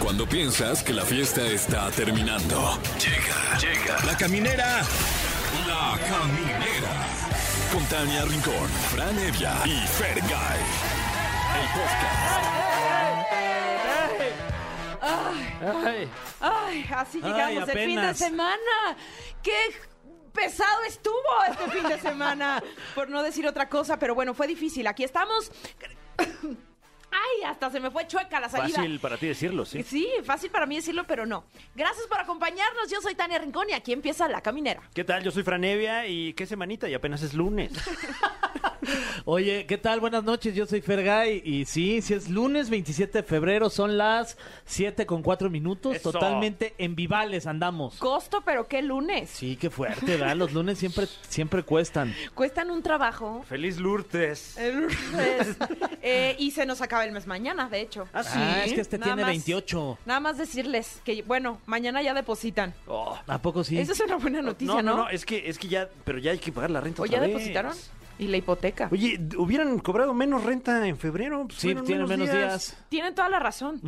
Cuando piensas que la fiesta está terminando. Llega, llega. La caminera. La caminera. Con Tania Rincón, Fran Evia y Fer El podcast. Ay, Ay, así llegamos el fin de apenas. semana. ¡Qué pesado estuvo este fin de semana! Por no decir otra cosa, pero bueno, fue difícil. Aquí estamos. ¡Ay, hasta se me fue chueca la salida! fácil para ti decirlo, sí. Sí. fácil para mí decirlo, pero no. Gracias por acompañarnos. Yo soy Tania Rincón y aquí empieza La Caminera. ¿Qué tal? Yo soy Franevia y qué semanita y apenas es lunes. Oye, ¿qué tal? Buenas noches, yo soy Fergay y sí, si es lunes 27 de febrero, son las 7 con 4 minutos, Eso. totalmente en vivales andamos. Costo, pero qué lunes. Sí, qué fuerte, ¿verdad? Los lunes siempre, siempre cuestan. Cuestan un trabajo. Feliz Lourdes. El lunes. Eh, y se nos acaba el mes mañana, de hecho. Ah, sí. Ah, es que este Nada tiene más. 28. Nada más decirles que, bueno, mañana ya depositan. Oh. ¿A poco sí? Esa es una buena noticia, no, ¿no? no, no, es que, es que ya, pero ya hay que pagar la renta. ¿O otra ya vez. depositaron? Y la hipoteca. Oye, d- hubieran cobrado menos renta en febrero. pues, Sí, fueron tiene menos días. Tienen toda la razón.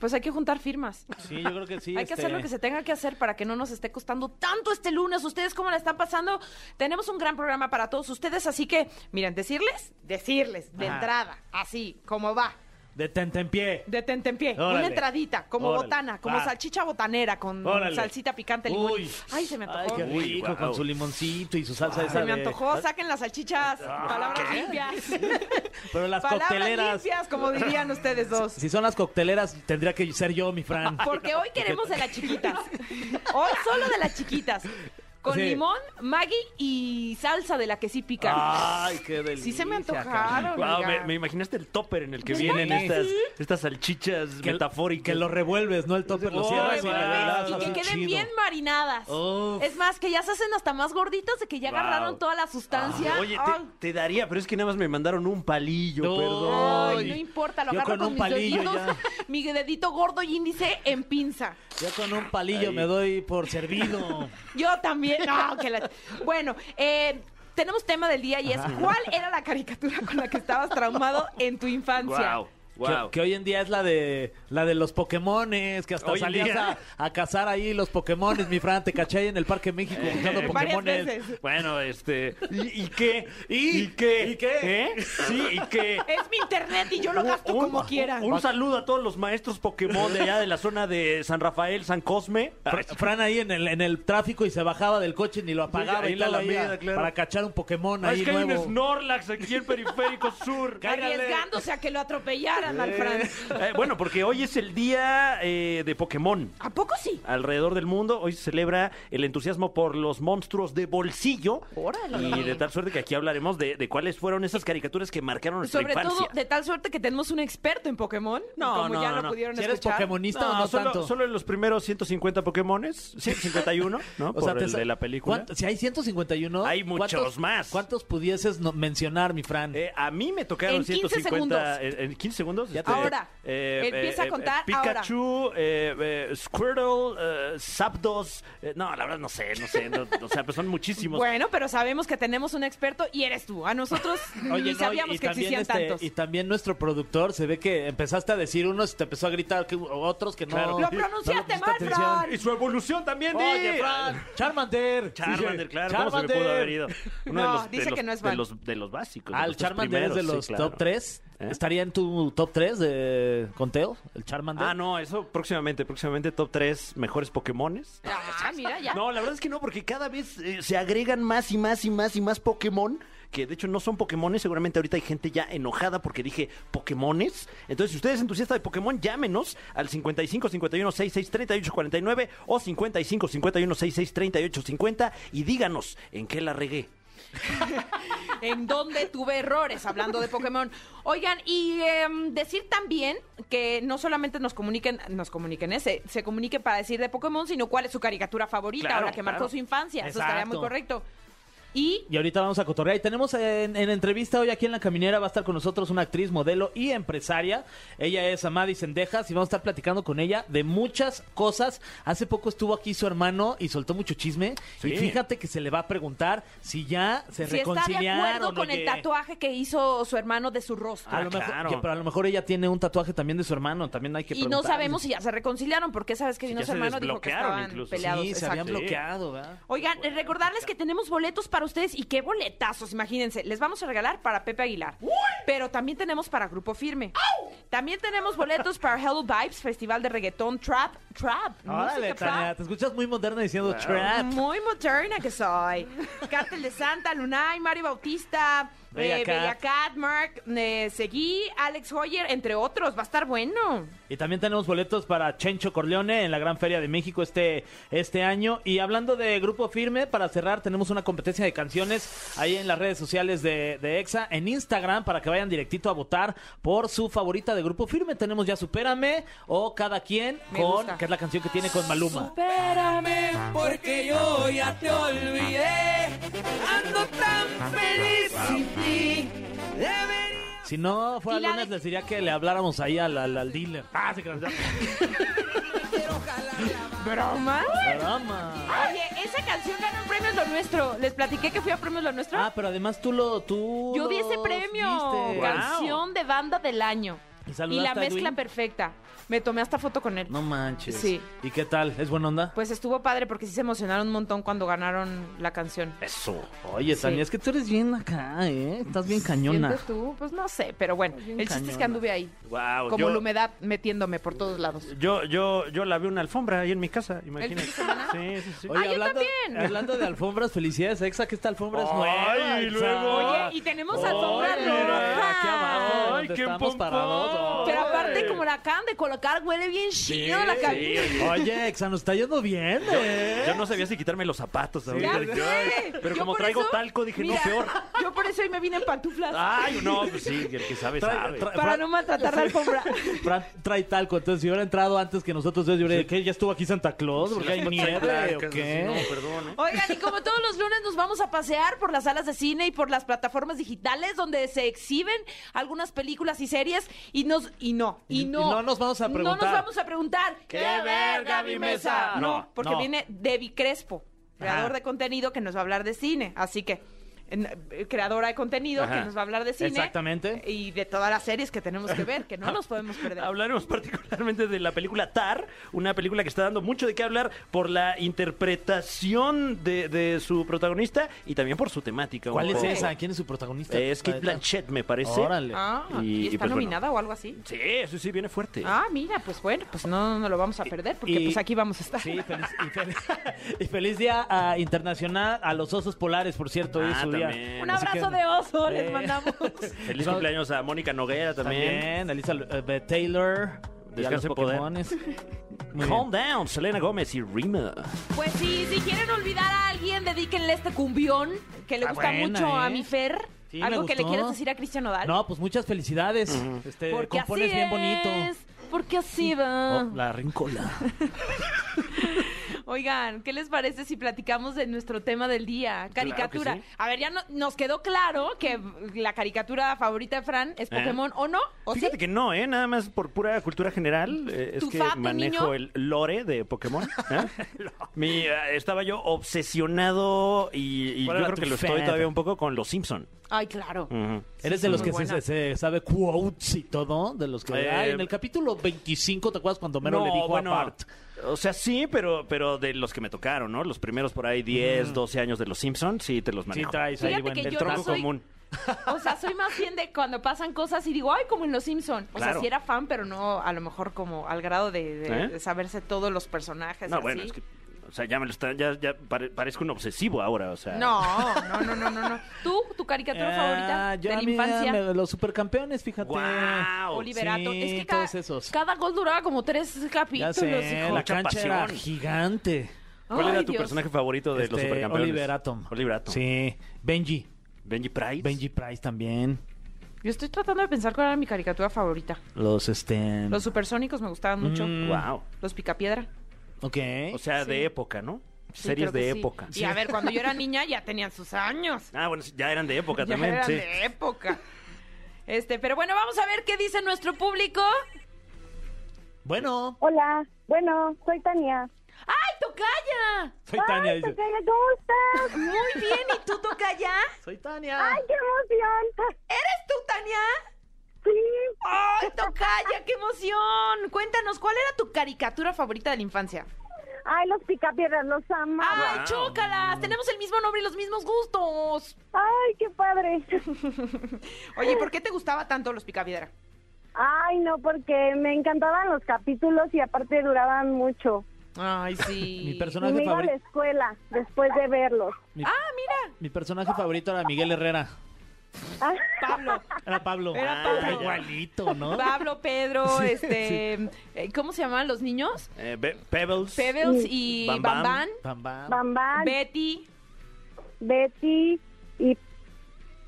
Pues hay que juntar firmas. Sí, yo creo que sí. este, Hay que hacer lo que se tenga que hacer para que no nos esté costando tanto este lunes. ¿Ustedes cómo la están pasando? Tenemos un gran programa para todos ustedes, así que, miren, decirles, decirles, de Ajá. entrada, así, como va, Detente en pie. de tentempié, una Órale. entradita, como Órale, botana, como va. salchicha botanera, con Órale. salsita picante, limón. Uy. Ay, se me Ay, antojó. qué Uy, rico, guau. con su limoncito y su salsa esa se me de- antojó, saquen las salchichas, Ah. palabras limpias. Pero las palabras cocteleras. limpias, como dirían ustedes dos. Si son las cocteleras, tendría que ser yo, mi Fran. Porque hoy queremos de las chiquitas. Hoy solo de las chiquitas. Con Sí. limón, Maggi y salsa de la que sí pican. Ah, Ay, qué delicia. sí se me caray. antojaron. Guau, oiga. me, me imaginaste el topper en el que Sí. vienen estas, Sí. estas salchichas que, metafóricas. Que lo revuelves, ¿no? El topper lo Oh, cierras y le wow. das Y así que queden chido. bien marinadas. Uf. Ah. Es más, que ya se hacen hasta más gorditas de que ya Wow. agarraron toda la sustancia. Oye, Ay, te, te daría, pero es que nada más me mandaron un palillo, No. perdón. ay, no importa, lo Yo agarro con con, un mis palillo deditos, ya. mi dedito gordo y índice en pinza. Yo con un palillo me doy por servido. Yo también. No, que la- Bueno, eh, tenemos tema del día y es ¿cuál era la caricatura con la que estabas traumado en tu infancia? Guau, Que- guau. Que, hoy en día es la de la de los Pokémones, que hasta Hoy en salías día. a, a cazar ahí los Pokémones, mi Fran, te caché ahí en el Parque México buscando Eh, varias Pokémones. veces. Bueno, este. ¿Y, y qué? ¿Y? qué? ¿Y qué? ¿Eh? Sí, ¿y qué? Es mi internet y yo Eh, lo gasto Un- como un- quiera. Un saludo a todos los maestros Pokémon de allá de la zona de San Rafael, San Cosme. Fra- Fran ahí en el, en el tráfico y se bajaba del coche ni lo apagaba ahí y en la todo ahí a- Alameda, claro. para cachar un Pokémon Ah, ahí es que hay nuevo. un Snorlax aquí en Periférico Sur. Arriesgándose a que lo atropellaran al Fran. Eh, bueno, porque hoy es el día eh, de Pokémon. ¿A poco sí? Alrededor del mundo hoy se celebra el entusiasmo por los monstruos de bolsillo. Órale. Y de tal suerte que aquí hablaremos de, de cuáles fueron esas caricaturas que marcaron nuestra Sobre infancia. todo, de tal suerte que tenemos un experto en Pokémon. No, como ya no, lo no. pudieron Si eres escuchar. Pokémonista o no solo, tanto. solo en los primeros 150 Pokémones, 151, ¿no? Por te el sa- de la película. ¿Cuánto- Si hay 151, Hay muchos ¿cuántos- más. ¿Cuántos pudieses no- mencionar, mi Fran? Eh, a mí me tocaron En 15 150 en, en 15 segundos. Ya este, eh, te- Ahora. Empieza a contar Pikachu, eh, eh, Squirtle, eh, Zapdos. eh, no, la verdad no sé, no sé. no- o sea, pues son muchísimos. Bueno, pero sabemos que tenemos un experto y eres tú. A nosotros ni no, sabíamos que existían este, tantos. Y también nuestro productor se ve que empezaste a decir unos y te empezó a gritar que, otros que no. Claro. Lo no le pronunciaste pusiste mal, atención. Fran. Y su evolución también, Oye, di. Fran, Charmander. Charmander, claro. ¿Cómo se Charmander. me pudo haber ido? Uno No, de los, de dice que los- no es de Van. los, de los básicos. Ah, de el los tres Charmander es de primeros, los sí, claro. top 3. ¿Eh? ¿Estaría en tu top 3 de conteo? ¿El Charmander? Ah, no, eso próximamente, próximamente top 3 mejores Pokémones. Ah, mira, ya. No, la verdad es que no, porque cada vez eh, se agregan más y más y más y más Pokémon, que de hecho no son Pokémones, seguramente ahorita hay gente ya enojada porque dije Pokémones. Entonces, si ustedes es entusiasta de Pokémon, llámenos al 55 51 66 38 49 o 55 51 66 38 50 y díganos en qué la regué. en donde tuve errores hablando de Pokémon. Oigan, y em, decir también que no solamente nos comuniquen, nos comuniquen, eh, se, se comuniquen para decir de Pokémon, sino cuál es su caricatura favorita Claro, o la que claro. marcó su infancia. Eso estaría muy Exacto. correcto. Y Y ahorita vamos a cotorrear. Y tenemos en, en entrevista hoy aquí en La Caminera, va a estar con nosotros una actriz, modelo y empresaria. Ella es Amadi Sendejas y vamos a estar platicando con ella de muchas cosas. Hace poco estuvo aquí su hermano y soltó mucho chisme. Sí. Y fíjate que se le va a preguntar si ya se si está de reconciliaron. acuerdo con el oye. Ah, tatuaje que hizo su hermano de su rostro. A lo mejor, Ah, claro. que- pero a lo mejor ella tiene un tatuaje también de su hermano, también hay que y no preguntarle. sabemos si ya se reconciliaron, porque sabes que vino ya su se hermano dijo que desbloquearon estaban incluso. peleados. Sí, se habían exacto. bloqueado, ¿verdad? Oigan, eh, recordarles que tenemos boletos para ustedes y qué boletazos, imagínense. Les vamos a regalar para Pepe Aguilar. Pero también tenemos para Grupo Firme. También tenemos boletos para Hello Vibes, Festival de Reggaetón Trap. Trap. Órale, música Tania, trap. te escuchas muy moderna diciendo trap. Muy moderna que soy. Cártel de Santa, Lunay, Mario Bautista, Bella eh, Cat. Bella Cat, Mark, eh, Seguí, Alex Hoyer, entre otros. Va a estar bueno. Y también tenemos boletos para Chencho Corleone en la Gran Feria de México este, este año. Y hablando de Grupo Firme, para cerrar, tenemos una competencia de canciones ahí en las redes sociales de, de EXA, en Instagram, para que vayan directito a votar por su favorita de Grupo Firme. Tenemos ya Supérame o Cada Quien, Me con, gusta. que es la canción que tiene con Maluma. Espérame, porque yo ya te olvidé. Ando tan feliz sin ti. Debería. Si no fuera Y la lunes, de- les diría que le habláramos ahí al, al, al dealer. Ah, se crean. broma. Caramba. Oye, esa canción ganó en premios Lo Nuestro. Les platiqué que fui a premios Lo Nuestro. Ah, pero además tú lo. Tú Yo di vi ese premio. Canción de banda del año. Y Y saludaste la a mezcla Edwin. perfecta. Me tomé hasta foto con él. No manches. Sí. ¿Y qué tal? ¿Es buena onda? Pues estuvo padre porque sí se emocionaron un montón cuando ganaron la canción. Eso. Oye, Sí. Tania, es que tú eres bien acá, ¿eh? Estás bien cañona. ¿Sientes tú? Pues no sé, pero bueno. El chiste es que cañona. anduve ahí. Wow, Como yo, la humedad metiéndome por todos lados. yo, yo, yo lavé una alfombra ahí en mi casa, imagínate. fin de semana? Sí, sí, sí. Oye, Ah, yo hablando, también. hablando de alfombras, felicidades, Exa, que esta alfombra es nueva. Ay, Exa. luego. Oye, y tenemos alfombra Oye, roja. Aquí abajo, Ay, donde qué estamos pompón. parados. Pero Ay. aparte, como la acaban de colocar, huele bien chido la camisa. Oye, Exa, nos está yendo bien, ¿eh? Yo no sabía si quitarme los zapatos. ahorita. Ya Yo- sé. Pero Yo como por traigo eso- talco, dije, mira, no, peor. Yo por eso hoy me vine en pantuflas. Ay, no, pues sí, el que sabe, Trae- sabe. trae- para no maltratar la alfombra. Fran trae talco, entonces si hubiera entrado antes que nosotros, yo hubiera ¿qué? ¿Ya estuvo aquí Santa Claus? Porque hay nieve, ¿o qué? No, perdón, ¿eh? Oigan, y como todos los lunes nos vamos a pasear por las salas de cine y por las plataformas digitales donde se exhiben algunas películas y series y nos y no, y Y- no. y no nos vamos a No nos preguntar. vamos a preguntar. ¡Qué verga, mi mesa! No, No, porque no. viene Debbie Crespo, creador Ajá. de contenido que nos va a hablar de cine, así que en- eh, creadora de contenido Ajá. que nos va a hablar de cine. Exactamente. Y de todas las series que tenemos que ver, que Ah. no nos podemos perder. Hablaremos particularmente de la película Tar, una película que está dando mucho de qué hablar por la interpretación de, de su protagonista y también por su temática. un ¿Cuál es poco. esa? ¿Quién es su protagonista? Eh, Es Kate Blanchett, me parece. Órale. Ah, Y- ¿y y está pues bueno. nominada o algo así. Sí, sí, sí, viene fuerte. Ah, mira, pues bueno, pues no, no lo vamos a perder porque Y- pues aquí vamos a estar. Sí, feliz, y, fel- y feliz día ah, internacional a los osos polares, por cierto, hoy es Ah, su día. también. Un Así que- abrazo de oso Eh. les mandamos. Feliz cumpleaños a Mónica Noguera también. También, Elizabeth Taylor. y a los Descanse en poder. Pokémones. Muy Calm bien. down, Selena Gómez y Rima. Pues sí, si quieren olvidar a alguien, dedíquenle este cumbión que le Está gusta buena, mucho a ¿eh? mi Fer. Sí, me Algo que le gustó. quieras decir a Cristian Odal. No, pues muchas felicidades. Este, porque así compones bien bonito. es, Porque así va. Oh, la rincola. Oigan, ¿qué les parece si platicamos de nuestro tema del día? Claro que Caricatura. sí. A ver, ya no- nos quedó claro que la caricatura favorita de Fran ¿Eh? es Pokémon, ¿o no? ¿O sí? Fíjate que no, ¿eh? Nada más por pura cultura general. eh, es ¿Tu que fa, tu manejo niño? el lore de Pokémon. ¿eh? Mi, eh, estaba yo obsesionado y, y yo ¿Cuál era creo tu que lo fa? estoy todavía un poco con los Simpson. Ay, claro. Ujú. Mm. Eres de los muy que se, buena. se- se sabe quotes y todo, de los que... Eh, Ay, en el capítulo 25, ¿te acuerdas cuando Mero le dijo a Bart? O sea, sí, pero, pero de los que me tocaron, ¿no? Los primeros por ahí 10, 12 años de los Simpsons, sí te los Sí, manejo. traes ahí, Fíjate bueno. que el yo tronco no soy- común. O sea, soy más bien de cuando pasan cosas y digo, ay, como en Los Simpson. O sea, Claro. sí era fan, pero no a lo mejor como al grado de, de- ¿Eh? de saberse todos los personajes. No, así. bueno, es que... O sea, ya me lo está... Ya, ya pare- parezco un obsesivo ahora, o sea... No, no, no, no, no, no. ¿Tú, tu caricatura favorita Ah, yo de a la mí infancia? eran los supercampeones, fíjate. ¡Guau! Oliverato. Sí, es que todos cada, esos. cada gol duraba como tres Ya capítulos, sé, hijo. la Mucha cancha era pasión. gigante. Ay, ¿Cuál era tu Dios. personaje favorito de los Este, supercampeones? Oliver Atom. Oliver Atom. Sí, Benji. Benji Price. Benji Price también. Yo estoy tratando de pensar cuál era mi caricatura favorita. Los, este... Los supersónicos me gustaban mucho. Mm. Wow. Los picapiedra. Ok. O sea, de época, ¿no? Sí, series creo que de sí. época. Y a ver, cuando yo era niña ya tenían sus años. Ah, bueno, sí, ya eran de época Ya también, eran sí. de época. Este, pero bueno, vamos a ver qué dice nuestro público. Bueno, Hola, bueno, soy Tania. ¡Ay, tocaya! soy Tania, Ay, dice. Tocaya, ¿cómo estás? Muy bien, ¿y tú, tocaya? Soy Tania. ¡Ay, qué emoción! ¿Eres tú, Tania? Sí, ¡Ay, tocaya, qué emoción! Cuéntanos, ¿cuál era tu caricatura favorita de la infancia? ay, los picapiedras, los amo. ¡Ay, Wow. chócalas! Tenemos el mismo nombre y los mismos gustos. Ay, qué padre. Oye, ¿por qué te gustaba tanto los Picapiedra? Ay, no, porque me encantaban los capítulos y aparte duraban mucho. Ay, sí. Mi Y personaje me iba a la favorito. escuela después de verlos. Mi, Ah, mira, mi personaje favorito era Miguel Herrera. Ah, Pablo. Era Pablo. Era Ah, Pablo. igualito, ¿no? Pablo, Pedro, Sí, este, eh, ¿cómo se llamaban los niños? Eh, Be- Pebbles. Pebbles y Bam Bam Bam, Bam. Bam, bam. Bambán, Betty, Betty y,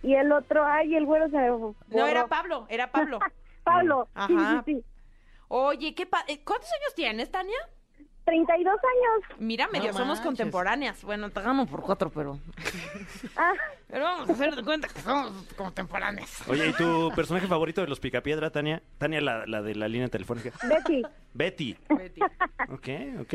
y el otro, ay, el güero se me borró. no era Pablo, era Pablo. Pablo, sí, Ajá. sí, sí. Oye, ¿qué pa- eh, ¿cuántos años tienes, Tania? 32 años. Mira, medio No somos manches. contemporáneas. Bueno, te gano por cuatro, pero... Ah, Pero vamos a hacer de cuenta que somos contemporáneas. Oye, ¿y tu personaje favorito de los Picapiedra, Tania? Tania, la, la de la línea telefónica. Betty, Betty. Betty. Ok, ok.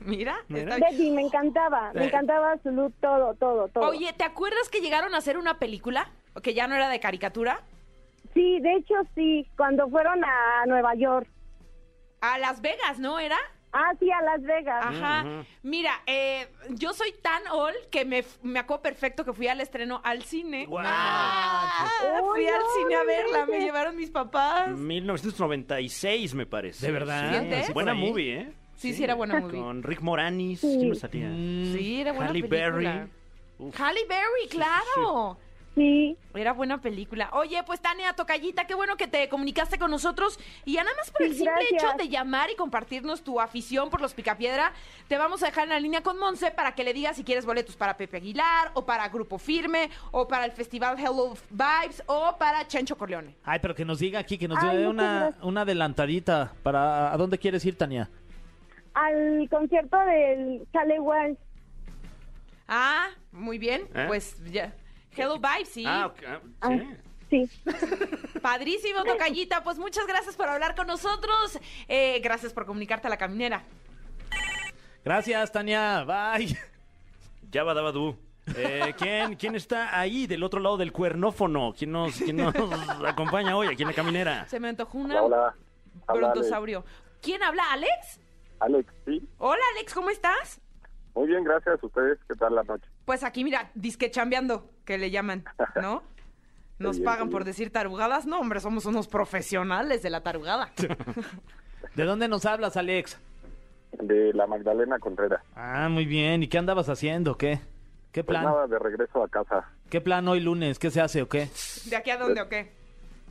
Mira, Mira. está- Betty, me encantaba, me encantaba su look, todo, todo, todo. Oye, ¿te acuerdas que llegaron a hacer una película? Que ya no era de caricatura. Sí, de hecho sí, cuando fueron a Nueva York. A Las Vegas, ¿no era? Ah, sí, a Las Vegas. Ajá. Ujú. Mira, eh, yo soy tan old que me, f- me acuerdo perfecto que fui al estreno al cine. Guau. Ah, Oh, fui al no, cine a no verla, me inventes. llevaron mis papás. Mm. 1996, me parece. ¿De verdad? ¿Sientes? Sí, Buena ¿Por ahí? movie, ¿eh? Sí, sí, era buena movie. Con Rick Moranis. Sí. ¿Quién lo sabía? Mm. Sí, era buena Halle película. Berry. Uf. Halle Berry, claro. Sí, Era buena película. Oye, pues Tania Tocayita, qué bueno que te comunicaste con nosotros. Y ya nada más por el Sí, simple gracias. hecho de llamar y compartirnos tu afición por los Picapiedra, te vamos a dejar en la línea con Monse para que le digas si quieres boletos para Pepe Aguilar, o para Grupo Firme, o para el Festival Hello Vibes, o para Chencho Corleone. Ay, pero que nos diga aquí, que nos Ay, dé muchas una, gracias. una adelantadita. para ¿A dónde quieres ir, Tania? al concierto del Chale Wells. Ah, muy bien. ¿Eh? Pues ya. Hello Vibes, sí. Ah, ok, ah, Ah, sí. sí. Padrísimo, Tocayita. Pues muchas gracias por hablar con nosotros. Eh, gracias por comunicarte a la caminera. Gracias, Tania. Bye. Ya va, daba du. Eh, ¿quién, ¿Quién está ahí del otro lado del cuernófono? ¿Quién nos, quién nos acompaña hoy aquí en la caminera? Se me antojó una. Hola, hola. Habla Brontosaurio. ¿Quién habla? ¿Alex? Alex, sí. Hola Alex, ¿cómo estás? Muy bien, gracias a ustedes. ¿Qué tal la noche? Pues aquí, mira, disque chambeando, que le llaman, ¿no? Nos bien, pagan qué por bien. decir tarugadas. No, hombre, somos unos profesionales de la tarugada. ¿De dónde nos hablas, Alex? De la Magdalena Contreras. Ah, muy bien. ¿Y qué andabas haciendo? ¿Qué? ¿Qué Pues plan? nada, de regreso a casa. ¿Qué plan hoy lunes? ¿Qué se hace o qué? ¿De aquí a dónde o qué?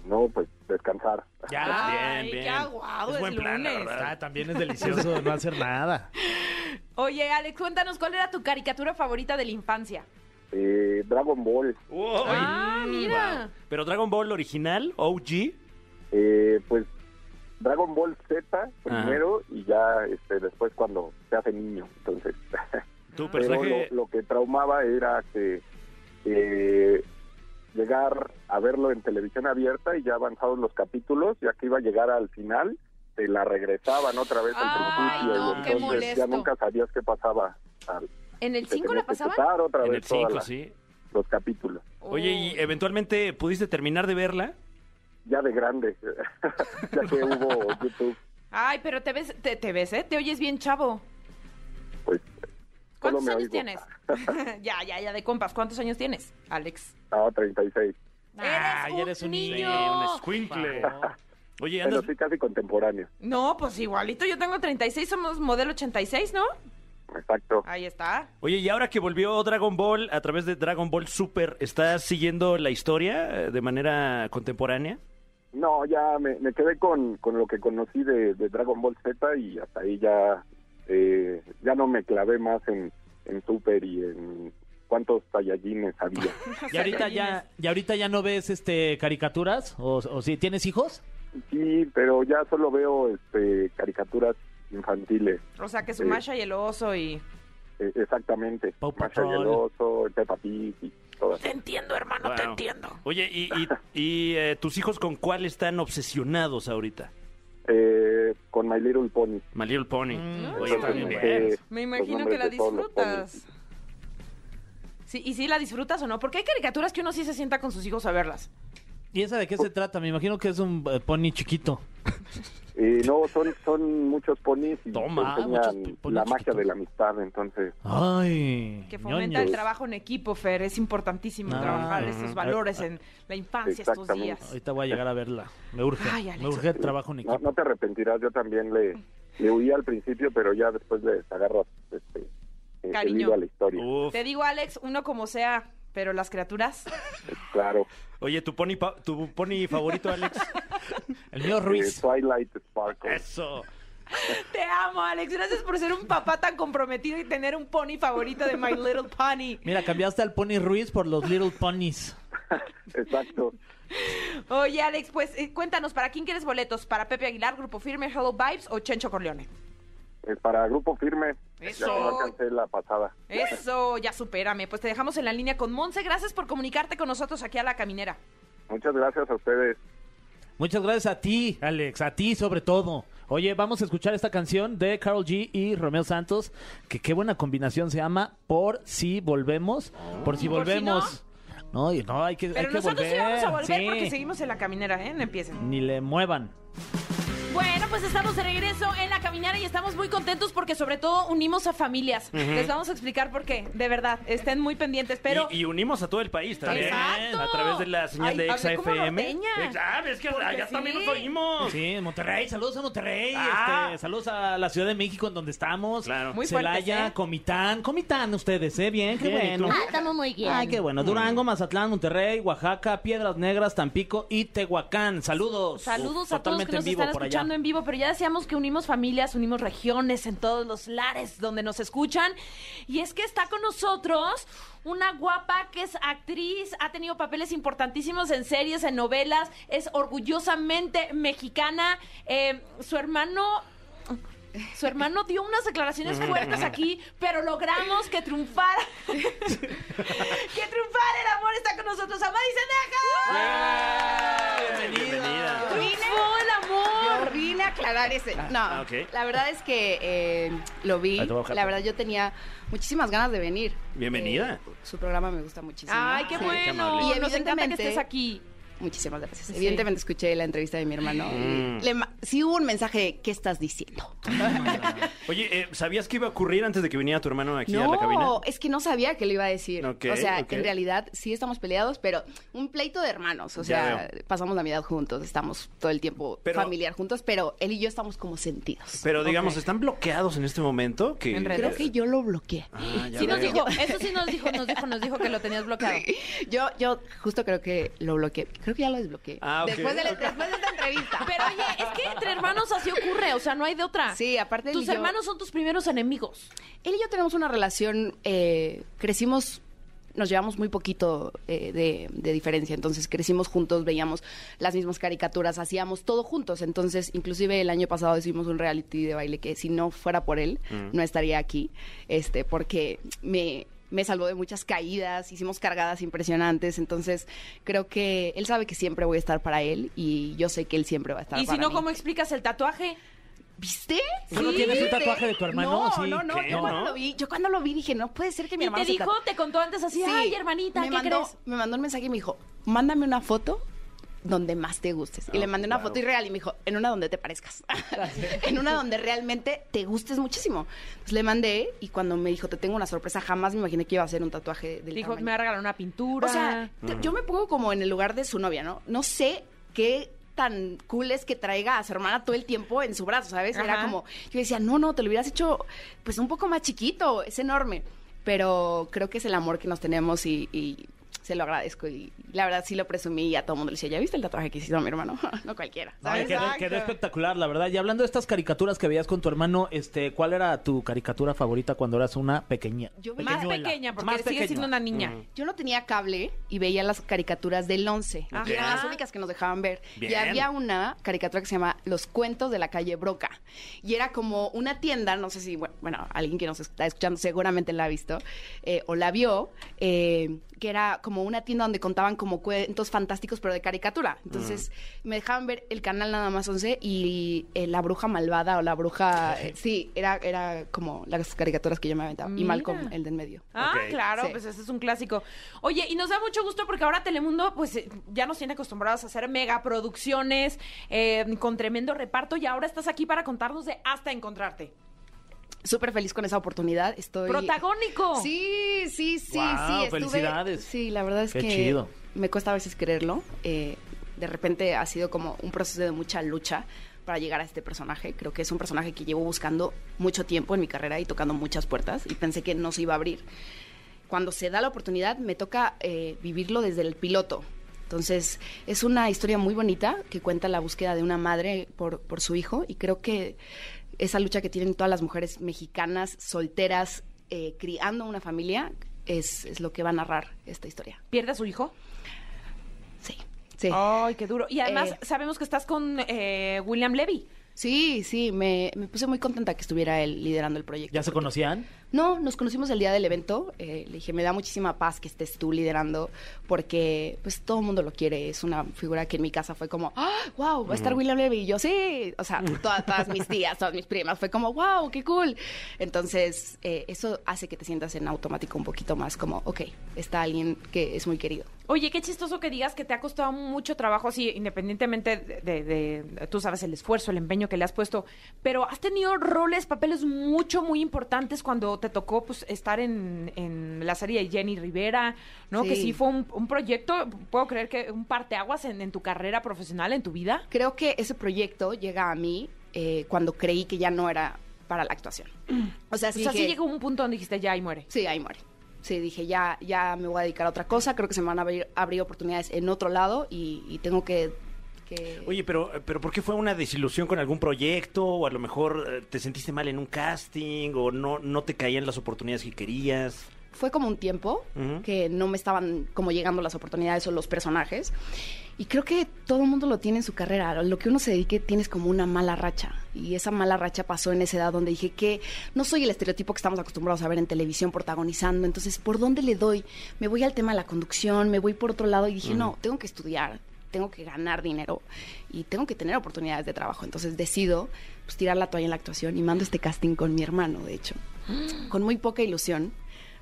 No, pues descansar. Ya. Ay, qué aguado, es la lunes. verdad. Ah, también es delicioso no hacer nada. Oye, Alex, cuéntanos, ¿cuál era tu caricatura favorita de la infancia? Eh, Dragon Ball, Uy. Ah, mira. Wow. Pero Dragon Ball original, OG. eh, pues Dragon Ball Z primero y ya este, después cuando se hace niño. Entonces, Tu pero lo, personaje. lo que traumaba era que eh, llegar a verlo en televisión abierta y ya avanzados los capítulos, ya que iba a llegar al final, te la regresaban otra vez al Ay, principio. no, y qué entonces molesto. ya nunca sabías qué pasaba. Al- ¿En el te 5 la tenías que pasaban? chutar otra En vez el 5, todos sí. los capítulos. Oye, Oh. ¿y eh, eventualmente pudiste terminar de verla? Ya de grande, ya que hubo YouTube, Ay, pero te ves, te, te ves, ¿eh? Te oyes bien chavo. pues Solo ¿Cuántos me años oigo. tienes? ya, ya, ya, de compas. ¿Cuántos años tienes, Alex? estaba 36. Ay, un niño. un escuincle. Por favor. Oye, Pero andas, sí, casi contemporáneo. No, pues igualito, yo tengo 36, somos modelo 86, ¿no? Exacto. Ahí está. oye, y ahora que volvió Dragon Ball a través de Dragon Ball Super, ¿estás siguiendo la historia eh, de manera contemporánea? No, ya me, me quedé con, con lo que conocí de, de Dragon Ball Z y hasta ahí ya, eh, ya no me clavé más en, en Super y en cuántos tallarines había. ¿Y ahorita ya, y ahorita ya no ves este caricaturas? ¿O, o si tienes hijos? Sí, pero ya solo veo este, caricaturas infantiles. O sea, que su Masha y el oso y... eh, exactamente. Paw Masha y el Patrol. Eh. oso, el Peppa Pig y todas. Te entiendo, hermano, te Wow. entiendo. Oye, ¿y, y- y, eh, tus hijos con cuál están obsesionados ahorita? Eh, con My Little Pony. My Little Pony. Mm. Oye, Entonces, están bien eh, buenos. Me los imagino que nombres la de todos los disfrutas. Sí, y sí la disfrutas o no, porque hay caricaturas que uno sí se sienta con sus hijos a verlas. ¿Y esa de qué se trata? Me imagino que es un eh, pony chiquito. Eh, no, son, son muchos ponis y Toma, te muchos enseñan ponis la magia chiquitos. de la amistad, entonces. Ay. Que fomenta ñoño. el trabajo en equipo, Fer. Es importantísimo Ah, trabajar ujú. estos valores en la infancia, estos Exactamente. días. Ahorita voy a llegar a verla. Me urge. Ay, Alex. me urge el trabajo en No, equipo. no te arrepentirás, yo también le, le huí al principio, pero ya después le agarras este, eh, el Cariño. hilo a la historia. Uf. Te digo, Alex, uno como sea, pero las criaturas. Claro, Oye, ¿tu pony, pa- tu pony favorito, Alex? El mío eh, Ruiz. Twilight Sparkle. Eso. Te amo, Alex. Gracias por ser un papá tan comprometido y tener un pony favorito de My Little Pony. Mira, cambiaste al pony Ruiz por los Little Ponies. Exacto. Oye, Alex, pues eh, cuéntanos, ¿para quién quieres boletos? ¿Para Pepe Aguilar, Grupo Firme, Hello Vibes o Chencho Corleone? Eh, para Grupo Firme, Eso. ya que no alcancé la pasada. Eso, ya supérame. Pues te dejamos en la línea con Monse. Gracias por comunicarte con nosotros aquí a La Caminera. Muchas gracias a ustedes. Muchas gracias a ti, Alex, a ti sobre todo. Oye, vamos a escuchar esta canción de Carol G y Romeo Santos, que qué buena combinación se llama Por si volvemos, por si Por si no. volvemos. no? y- no, hay que, hay Pero que nosotros sí vamos a volver sí. porque seguimos en La Caminera, ¿eh? No empiecen. Ni le muevan. Bueno, pues estamos de regreso en la caminera y estamos muy contentos porque sobre todo unimos a familias. Les vamos a explicar por qué, de verdad, estén muy pendientes, pero... y, y unimos a todo el país también. ¿eh? ¡Exacto! A través de la señal Ay, de hablé Exa como FM. norteña. Ah, es que allá sí. también nos oímos. Sí, en Monterrey, saludos a Monterrey, Ah. este, saludos a la Ciudad de México en donde estamos, Claro. Muy Celaya, fuertes, ¿eh? Comitán, Comitán ustedes, ¿eh? Bien, qué Bien, ¿y bueno. tú? Ah, estamos muy bien. Ay, qué bueno. Durango, Mazatlán, Monterrey, Oaxaca, Piedras Negras, Tampico y Tehuacán. Saludos. Saludos Uf, a todos que totalmente nos en vivo están por allá. escuchando en vivo, pero ya decíamos que unimos familias, unimos regiones en todos los lares donde nos escuchan. Y es que está con nosotros una guapa que es actriz, ha tenido papeles importantísimos en series, en novelas, es orgullosamente mexicana. Eh, su hermano... Su hermano dio unas declaraciones fuertes aquí, pero logramos que triunfara. que triunfara el amor. Está con nosotros Amadi Sendeja. Bienvenida. Triunfó el amor. Yo vine a aclarar ese. No, ah, ok. la verdad es que eh, lo vi. Ahí te voy a bajar. La verdad yo tenía muchísimas ganas de venir. Bienvenida. Eh, su programa me gusta muchísimo. Ay, qué Sí. bueno. amable. Y Nos encanta que evidentemente- estés aquí. Muchísimas gracias. Sí. Evidentemente escuché la entrevista de mi hermano. Mm. y le ma- sí hubo un mensaje, ¿qué estás diciendo? Oye, eh, ¿sabías que iba a ocurrir antes de que viniera tu hermano aquí a la cabina? No, es que no sabía que lo iba a decir. Ok, o sea, ok. en realidad sí estamos peleados, pero un pleito de hermanos. O Ya sea, pasamos la Navidad juntos, estamos todo el tiempo Pero- familiar juntos, pero él y yo estamos como sentidos. Pero digamos, ¿están bloqueados en este momento? Que... En redes. Creo que yo lo bloqueé. Ah, ya Sí nos veo. dijo, eso sí nos dijo, nos dijo, nos dijo que lo tenías bloqueado. Yo, yo justo creo que lo bloqueé. Creo que ya lo desbloqueé. Ah, ok. después, de la- después de esta entrevista. Pero oye, es que entre hermanos así ocurre, o sea, no hay de otra. Sí, aparte él y Tus yo- hermanos son tus primeros enemigos. él y yo tenemos una relación, eh, crecimos, nos llevamos muy poquito eh, de, de diferencia, entonces crecimos juntos, veíamos las mismas caricaturas, hacíamos todo juntos, entonces inclusive el año pasado hicimos un reality de baile que si no fuera por él no estaría aquí, este, porque me... Me salvó de muchas caídas, hicimos cargadas impresionantes, entonces creo que él sabe que siempre voy a estar para él y yo sé que él siempre va a estar Y para si no, mí. ¿cómo explicas el tatuaje? ¿Viste? ¿Tú no tienes un tatuaje de tu hermano? No, Sí, no, no. ¿qué? Yo cuando No. lo vi, yo cuando lo vi dije, no puede ser que mi Y hermano te se dijo, tatu- te contó antes así, Sí. ay, hermanita, me ¿qué mandó, crees? Me mandó un mensaje y me dijo, mándame una foto donde más te gustes. Ah, y le mandé una foto irreal y me dijo, en una donde te parezcas. en una donde realmente te gustes muchísimo. Entonces le mandé y cuando me dijo, te tengo una sorpresa, jamás me imaginé que iba a hacer un tatuaje del Dijo, tamaño". me va a regalar una pintura. O sea, te- yo me pongo como en el lugar de su novia, ¿no? No sé qué tan cool es que traiga a su hermana todo el tiempo en su brazo, ¿sabes? Era Ajá. como, yo decía, no, no, te lo hubieras hecho pues un poco más chiquito, es enorme. Pero creo que es el amor que nos tenemos y, y se lo agradezco y la verdad sí lo presumí y a todo el mundo le decía, ¿ya viste el tatuaje que hiciste a mi hermano? no cualquiera. Ay, ¿sabes? quedó, Exacto. quedó espectacular, la verdad. Y hablando de estas caricaturas que veías con tu hermano, este, ¿cuál era tu caricatura favorita cuando eras una pequeña? Yo veía- Más este Pequeñuela. pequeña, porque Más sigue siendo pequeña. una niña. Yo no tenía cable y veía las caricaturas del 11. Ajá. Y eran las únicas que nos dejaban ver. Bien. Y había una caricatura que se llama Los cuentos de la calle Broca. Y era como una tienda, no sé si, bueno, bueno, alguien que nos está escuchando seguramente la ha visto eh, o la vio, eh, que era como una tienda donde contaban como cuentos fantásticos, pero de caricatura. Entonces me dejaban ver el canal nada más 11 y eh, La Bruja Malvada o La Bruja. eh, sí, era, era como las caricaturas que yo me aventaba. Y Mira. Malcolm, el del medio. Ah, Ok. claro, Sí. pues ese es un clásico. Oye, y nos da mucho gusto porque ahora Telemundo, pues eh, ya nos tiene acostumbrados a hacer megaproducciones eh, con tremendo reparto y ahora estás aquí para contarnos de Hasta Encontrarte. súper feliz con esa oportunidad. Estoy. ¡Protagónico! Sí, sí, sí, Guau, sí. estuve- felicidades. Sí, la verdad es Qué que chido. me cuesta a veces creerlo. eh, de repente ha sido como un proceso de mucha lucha para llegar a este personaje. Creo que es un personaje que llevo buscando mucho tiempo en mi carrera y tocando muchas puertas y pensé que no se iba a abrir. Cuando se da la oportunidad me toca eh, vivirlo desde el piloto. Entonces es una historia muy bonita que cuenta la búsqueda de una madre por, por su hijo y creo que esa lucha que tienen todas las mujeres mexicanas solteras eh, criando una familia es, es lo que va a narrar esta historia. ¿Pierde a su hijo? Sí, sí. Ay, qué duro. Y además Eh. sabemos que estás con eh, William Levy. Sí, sí, me, me puse muy contenta que estuviera él liderando el proyecto. ¿Ya se porque- conocían? No, nos conocimos el día del evento. eh, le dije, me da muchísima paz que estés tú liderando porque pues todo el mundo lo quiere. Es una figura que en mi casa fue como, ¡ah, wow! Va a estar William Levy. Y yo, sí. O sea, todas, todas mis tías, todas mis primas. Fue como, wow, qué cool. Entonces, eh, eso hace que te sientas en automático un poquito más como, ok, está alguien que es muy querido. Oye, qué chistoso que digas que te ha costado mucho trabajo, así, independientemente de, de- de- tú sabes, el esfuerzo, el empeño que le has puesto, pero has tenido roles, papeles mucho, muy importantes cuando te tocó pues, estar en, en la serie de Jenny Rivera, ¿no? Que Sí. sí fue un, un proyecto, puedo creer que un parteaguas en, en tu carrera profesional, en tu vida. Creo que ese proyecto llega a mí eh, cuando creí que ya no era para la actuación. O sea, O sí sea, sí dije- llegó un punto donde dijiste, ya, y muere. Sí, ahí muere. Sí, dije, ya, ya me voy a dedicar a otra cosa, creo que se me van a abrir, abrir oportunidades en otro lado y, y tengo que... que- Oye, pero, eh, pero ¿por qué fue una desilusión con algún proyecto? ¿O a lo mejor eh, te sentiste mal en un casting? ¿O no, no te caían las oportunidades que querías? Fue como un tiempo Ujú. que no me estaban como llegando las oportunidades o los personajes y creo que todo el mundo lo tiene en su carrera, a lo que uno se dedique tienes como una mala racha y esa mala racha pasó en esa edad donde dije que no soy el estereotipo que estamos acostumbrados a ver en televisión protagonizando, entonces ¿por dónde le doy? Me voy al tema de la conducción, me voy por otro lado y dije, no, tengo que estudiar, tengo que ganar dinero y tengo que tener oportunidades de trabajo. Entonces decido pues, tirar la toalla en la actuación y mando este casting con mi hermano, de hecho, con muy poca ilusión.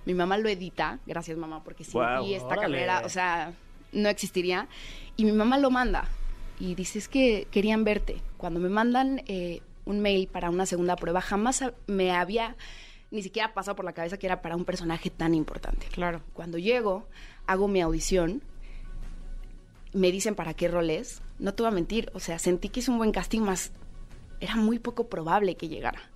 Mi mamá lo edita, gracias mamá, porque sin Guau, ti esta órale. carrera, o sea, no existiría. Y mi mamá lo manda y dice, es que querían verte. Cuando me mandan eh, un mail para una segunda prueba, jamás a- me había ni siquiera pasado por la cabeza que era para un personaje tan importante. Claro. Cuando llego, hago mi audición, me dicen para qué rol es. No te voy a mentir, o sea, sentí que hice un buen casting, más era muy poco probable que llegara.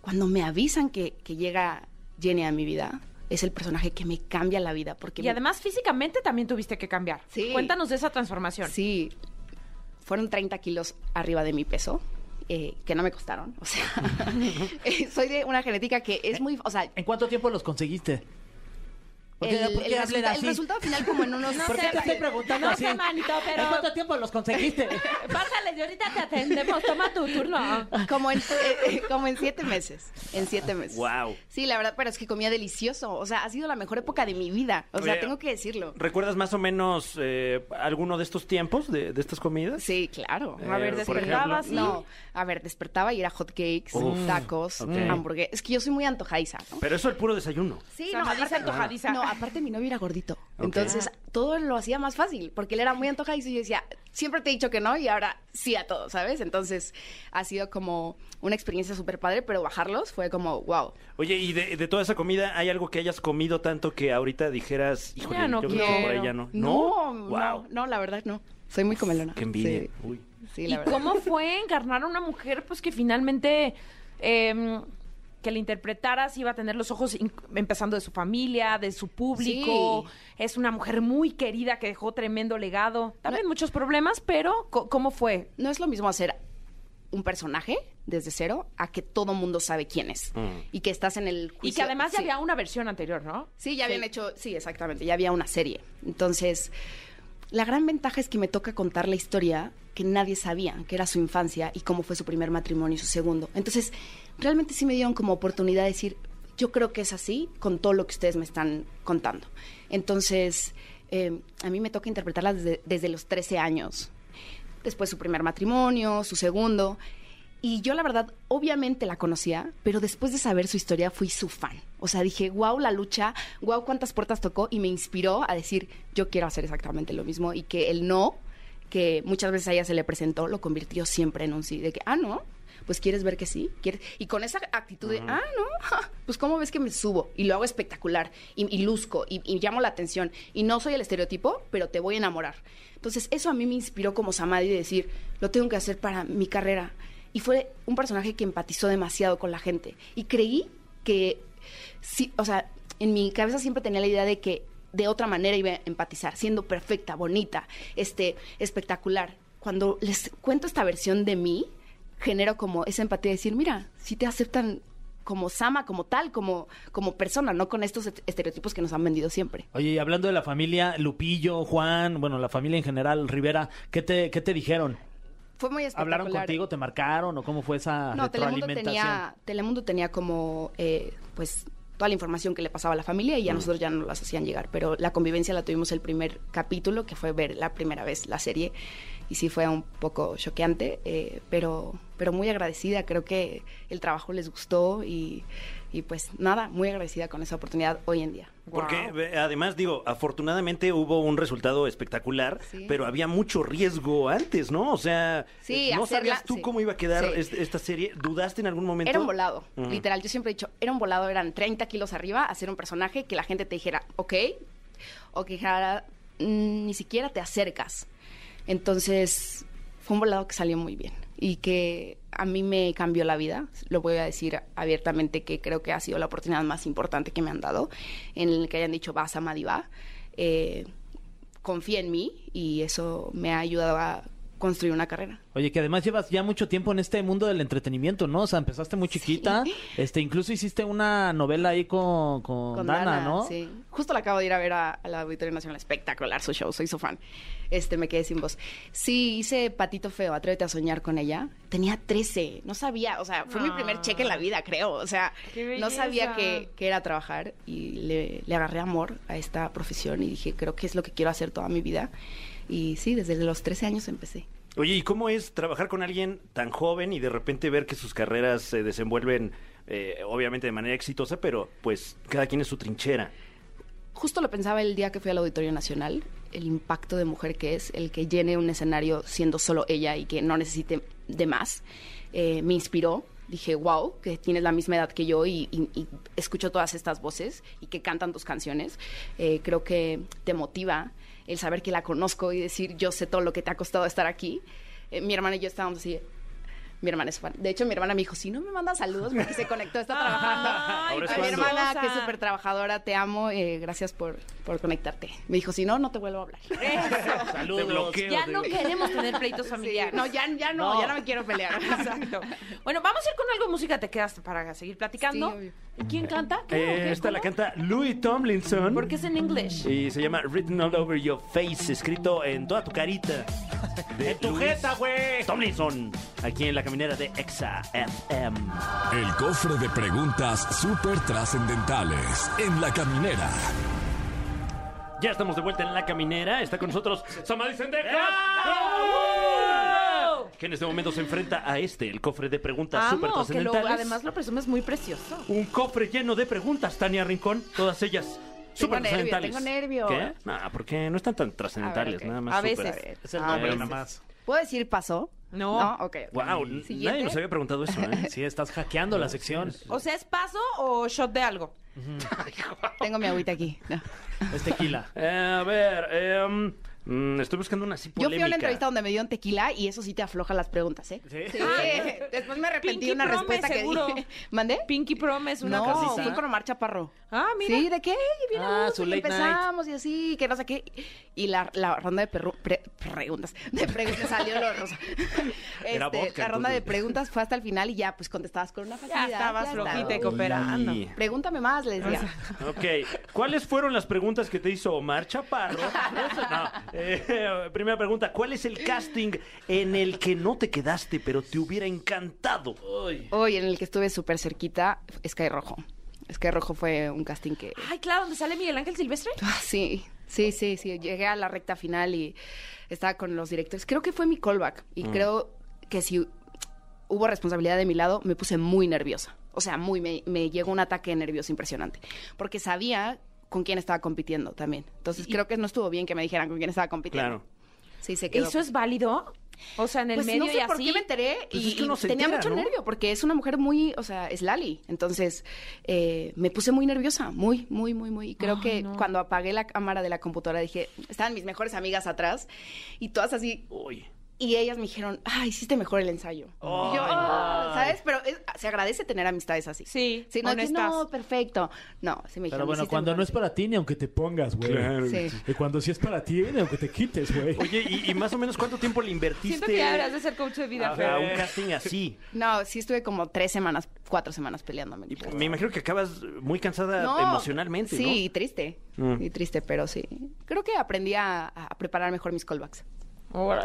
Cuando me avisan que, que llega Jenny a mi vida, es el personaje que me cambia la vida. Porque Y me- además físicamente también tuviste que cambiar. Sí. Cuéntanos de esa transformación. Sí, fueron 30 kilos arriba de mi peso. eh, que no me costaron, o sea, eh, soy de una genética que es muy, o sea, ¿En cuánto tiempo los conseguiste? Eh, ¿Por el, qué- por el qué hablar resulta- el así? resultado final como en unos... ¿Por qué te estoy preguntando No así? sé, manito, pero- ¿En cuánto tiempo los conseguiste? Pásale, yo ahorita te atendemos, toma tu turno. Como en, eh, como en siete meses. En siete meses. Guau. Sí, la verdad, pero es que comía delicioso. O sea, ha sido la mejor época de mi vida. O sea, Oye, tengo que decirlo. ¿Recuerdas más o menos eh, alguno de estos tiempos de, de estas comidas? Sí, claro. A ver, Eh, por despertaba ejemplo. así. No, a ver, despertaba y era hot cakes, Uf, tacos, ok. hamburguesas. Es que yo soy muy antojadiza, ¿no? Pero eso el puro desayuno. Sí, no, aparte- antojadiza. No, aparte mi novio era gordito. Ok. Entonces, todo lo hacía más fácil, porque él era muy antojadizo y yo decía, siempre te he dicho que no y ahora sí a todo, ¿sabes? Entonces, ha sido como una experiencia súper padre, pero bajarlos fue como, wow. Oye, ¿y de, de toda esa comida hay algo que hayas comido tanto que ahorita dijeras, híjole, Ya no yo creo que por ahí quiero. ya no? No, no, Guau. no, la verdad no. Soy muy comelona. Qué envidia. Sí, Uy. sí, ¿Y la verdad. cómo fue encarnar a una mujer pues que finalmente eh, que le interpretaras iba a tener los ojos in- empezando de su familia, de su público. Es una mujer muy querida que dejó tremendo legado. También muchos problemas, pero co- ¿cómo fue? no es lo mismo hacer un personaje desde cero a que todo mundo sabe quién es y que estás en el juicio. y que además ya Sí. había una versión anterior, ¿no? Sí, ya habían hecho, sí, exactamente, ya había una serie. Entonces, la gran ventaja es que me toca contar la historia que nadie sabía, que era su infancia y cómo fue su primer matrimonio y su segundo. Entonces, realmente sí me dieron como oportunidad de decir, yo creo que es así con todo lo que ustedes me están contando. Entonces, eh, a mí me toca interpretarla desde, desde los 13 años después su primer matrimonio, su segundo. Y yo la verdad, obviamente la conocía, pero después de saber su historia fui su fan. O sea, dije, wow, la lucha, wow, cuántas puertas tocó y me inspiró a decir, yo quiero hacer exactamente lo mismo y que el no, que muchas veces a ella se le presentó, lo convirtió siempre en un sí, de que, ah, no, pues quieres ver que sí, quieres. Y con esa actitud de, ah, no, ja, pues cómo ves que me subo y lo hago espectacular y, y luzco y, y llamo la atención y no soy el estereotipo, pero te voy a enamorar. Entonces, eso a mí me inspiró como Samadhi de decir, lo tengo que hacer para mi carrera. Y fue un personaje que empatizó demasiado con la gente. Y creí que, sí, o sea, en mi cabeza siempre tenía la idea de que de otra manera iba a empatizar, siendo perfecta, bonita, este, espectacular. Cuando les cuento esta versión de mí, genero como esa empatía de decir, mira, si te aceptan como Sama, como tal, como, como persona, no con estos est- estereotipos que nos han vendido siempre. Oye, y hablando de la familia, Lupillo, Juan, bueno, la familia en general, Rivera, ¿qué te, qué te dijeron? Fue muy espectacular. ¿Hablaron contigo? ¿Te marcaron? ¿O cómo fue esa No, Telemundo retroalimentación? tenía, Telemundo tenía como, eh, pues, toda la información que le pasaba a la familia y ya nosotros ya no las hacían llegar. Pero la convivencia la tuvimos el primer capítulo, que fue ver la primera vez la serie. Y sí fue un poco choqueante, eh, pero, pero muy agradecida. Creo que el trabajo les gustó y, y pues nada, muy agradecida con esa oportunidad hoy en día. Porque ve, además digo, afortunadamente hubo un resultado espectacular, Sí. pero había mucho riesgo antes, ¿no? O sea, eh, Sí, no hacerla- sabías tú sí. cómo iba a quedar Sí. est- esta serie, dudaste en algún momento. Era un volado, Ujú. literal. Yo siempre he dicho, era un volado, eran 30 kilos arriba, hacer un personaje que la gente te dijera, ok, o que dijera, "Mm, ni siquiera te acercas. Entonces, fue un volado que salió muy bien y que a mí me cambió la vida. Lo voy a decir abiertamente que creo que ha sido la oportunidad más importante que me han dado, en el que hayan dicho, vas a Madiva. Eh, confía en mí y eso me ha ayudado a construir una carrera. Oye, que además llevas ya mucho tiempo en este mundo del entretenimiento, ¿no? O sea, empezaste muy chiquita. Este, incluso hiciste una novela ahí con, con, con Dana, Dana, ¿no? Sí. Justo la acabo de ir a ver a- al Auditorio Nacional. Espectacular su show, soy su fan. Este, me quedé sin voz. Sí, hice Patito Feo, Atrévete a soñar con ella. Tenía 13, no sabía, o sea, fue mi primer cheque en la vida, creo. O sea, ¡Qué no sabía belleza! que, que era trabajar y le, le agarré amor a esta profesión y dije, creo que es lo que quiero hacer toda mi vida. Y sí, desde los 13 años empecé. Oye, ¿y cómo es trabajar con alguien tan joven y de repente ver que sus carreras se desenvuelven, eh, obviamente de manera exitosa, pero pues cada quien es su trinchera? justo lo pensaba el día que fui al Auditorio Nacional, el impacto de mujer que es, el que llene un escenario siendo solo ella y que no necesite de más, eh, me inspiró. Dije, wow, que tienes la misma edad que yo y, y- y escucho todas estas voces y que cantan tus canciones. Eh, creo que te motiva el saber que la conozco y decir, yo sé todo lo que te ha costado estar aquí. Eh, mi hermana y yo estábamos así. Mi hermana es fan. De hecho, mi hermana me dijo, si no me mandas saludos porque se conectó, está trabajando. Ay, Ahora es A mi cuando. hermana, que es preciosa. súper trabajadora, te amo, eh, gracias por, por conectarte. Me dijo, si no, no te vuelvo a hablar. Eh, Te bloqueo. Ya no queremos tener pleitos familiares. no, ya, ya no, No. ya no me quiero pelear. Exacto. Bueno, vamos a ir con algo de música. Te quedas para seguir platicando. Sí, obvio. ¿Y quién canta? ¿Qué? ¿O Eh, qué? esta la ¿Cómo? canta Louis Tomlinson. Porque es en inglés. Y se llama Written All Over Your Face, escrito en toda tu carita. De ¡En tu Louis jeta, güey! Tomlinson, aquí en la caminera de Exa FM. El cofre de preguntas súper trascendentales en la caminera. Ya estamos de vuelta en la caminera. Está con nosotros Samadhi Sendejas. ¡Bravo! Que en este momento se enfrenta a este, el cofre de preguntas súper Amo, que lo- trascendentales. además lo presumes muy precioso. Un cofre lleno de preguntas, Tania Rincón. Todas ellas súper nervio, trascendentales. tengo nervio. ¿Qué? No, porque no están tan trascendentales, A ver, ok. nada más. A súper. veces. Es el Ah, nombre bueno. nada más. ¿Puedo decir pasó? No. No, ok. ok. Wow, Siguiente. nadie nos había preguntado eso, ¿eh? Sí, estás hackeando la sección. O sea, ¿es paso o shot de algo? Tengo mi agüita aquí. No. Es tequila. Eh, a ver, em, Mm, estoy buscando una así Yo fui a una polémica. entrevista donde me dieron tequila y eso sí te afloja las preguntas, ¿eh? ¿Sí? Después me arrepentí Pinky de una Promise, respuesta que seguro. dije. ¿Mandé? Pinky Promise, una no, cosita. fui con Omar Chaparro. Ah, mira. Sí, ¿de qué? Y bien Ah, a gusto, su y late night. empezamos y así, que no sé qué. Y la, la ronda de perru- pre- preguntas, de preguntas, salió lo rosa. Era Este, vodka, la ronda de entonces. preguntas fue hasta el final y ya, pues contestabas con una Ya facilidad. estabas estaba. flojita y cooperando. Oli. Pregúntame más, les decía. Ok, ¿cuáles fueron las preguntas que te hizo Omar Chaparro? No, eh, primera pregunta, ¿cuál es el casting en el que no te quedaste, pero te hubiera encantado? Hoy en el que estuve súper cerquita, Sky Rojo. Sky Rojo fue un casting que... Ay, claro, ¿dónde sale Miguel Ángel Silvestre? Ah, Sí, sí, sí, sí. Llegué a la recta final y estaba con los directores. Creo que fue mi callback y creo que si hubo responsabilidad de mi lado, me puse muy nerviosa. O sea, muy me, me llegó un ataque de nervios impresionante. Porque sabía con quién estaba compitiendo también. Entonces creo que no estuvo bien que me dijeran con quién estaba compitiendo. Claro. Sí, se quedó. ¿Eso es válido? O sea, en el Pues medio no sé y así. por qué me enteré Pues y, es que uno y se tenía entera, mucho ¿no? nervio porque es una mujer muy, o sea, es Lali. Entonces eh, me puse muy nerviosa, muy, muy, muy, muy. Y creo Ay, que no. cuando apagué la cámara de la computadora dije, estaban mis mejores amigas atrás y todas así. Uy. Y ellas me dijeron, ah, hiciste mejor el ensayo. y yo, "Ah", ¿sabes? Pero es- se agradece tener amistades así. Sí, Si no, es que, honestas. no, perfecto. No, sí me dijeron. Pero bueno, "Hiciste cuando mejor no el es para ti, ni aunque te pongas, güey. Claro. Sí. Y cuando sí es para ti, ni aunque te quites, güey. Oye, ¿y, y más o menos cuánto tiempo le Siento invertiste que a, habrás de ser coach de vida. Fer. a un casting así? No, sí estuve como tres semanas, cuatro semanas peleándome. Y pues, me imagino que acabas muy cansada emocionalmente, sí, ¿no? y triste. Mm. Y triste, pero sí. Creo que aprendí a, a preparar mejor mis callbacks.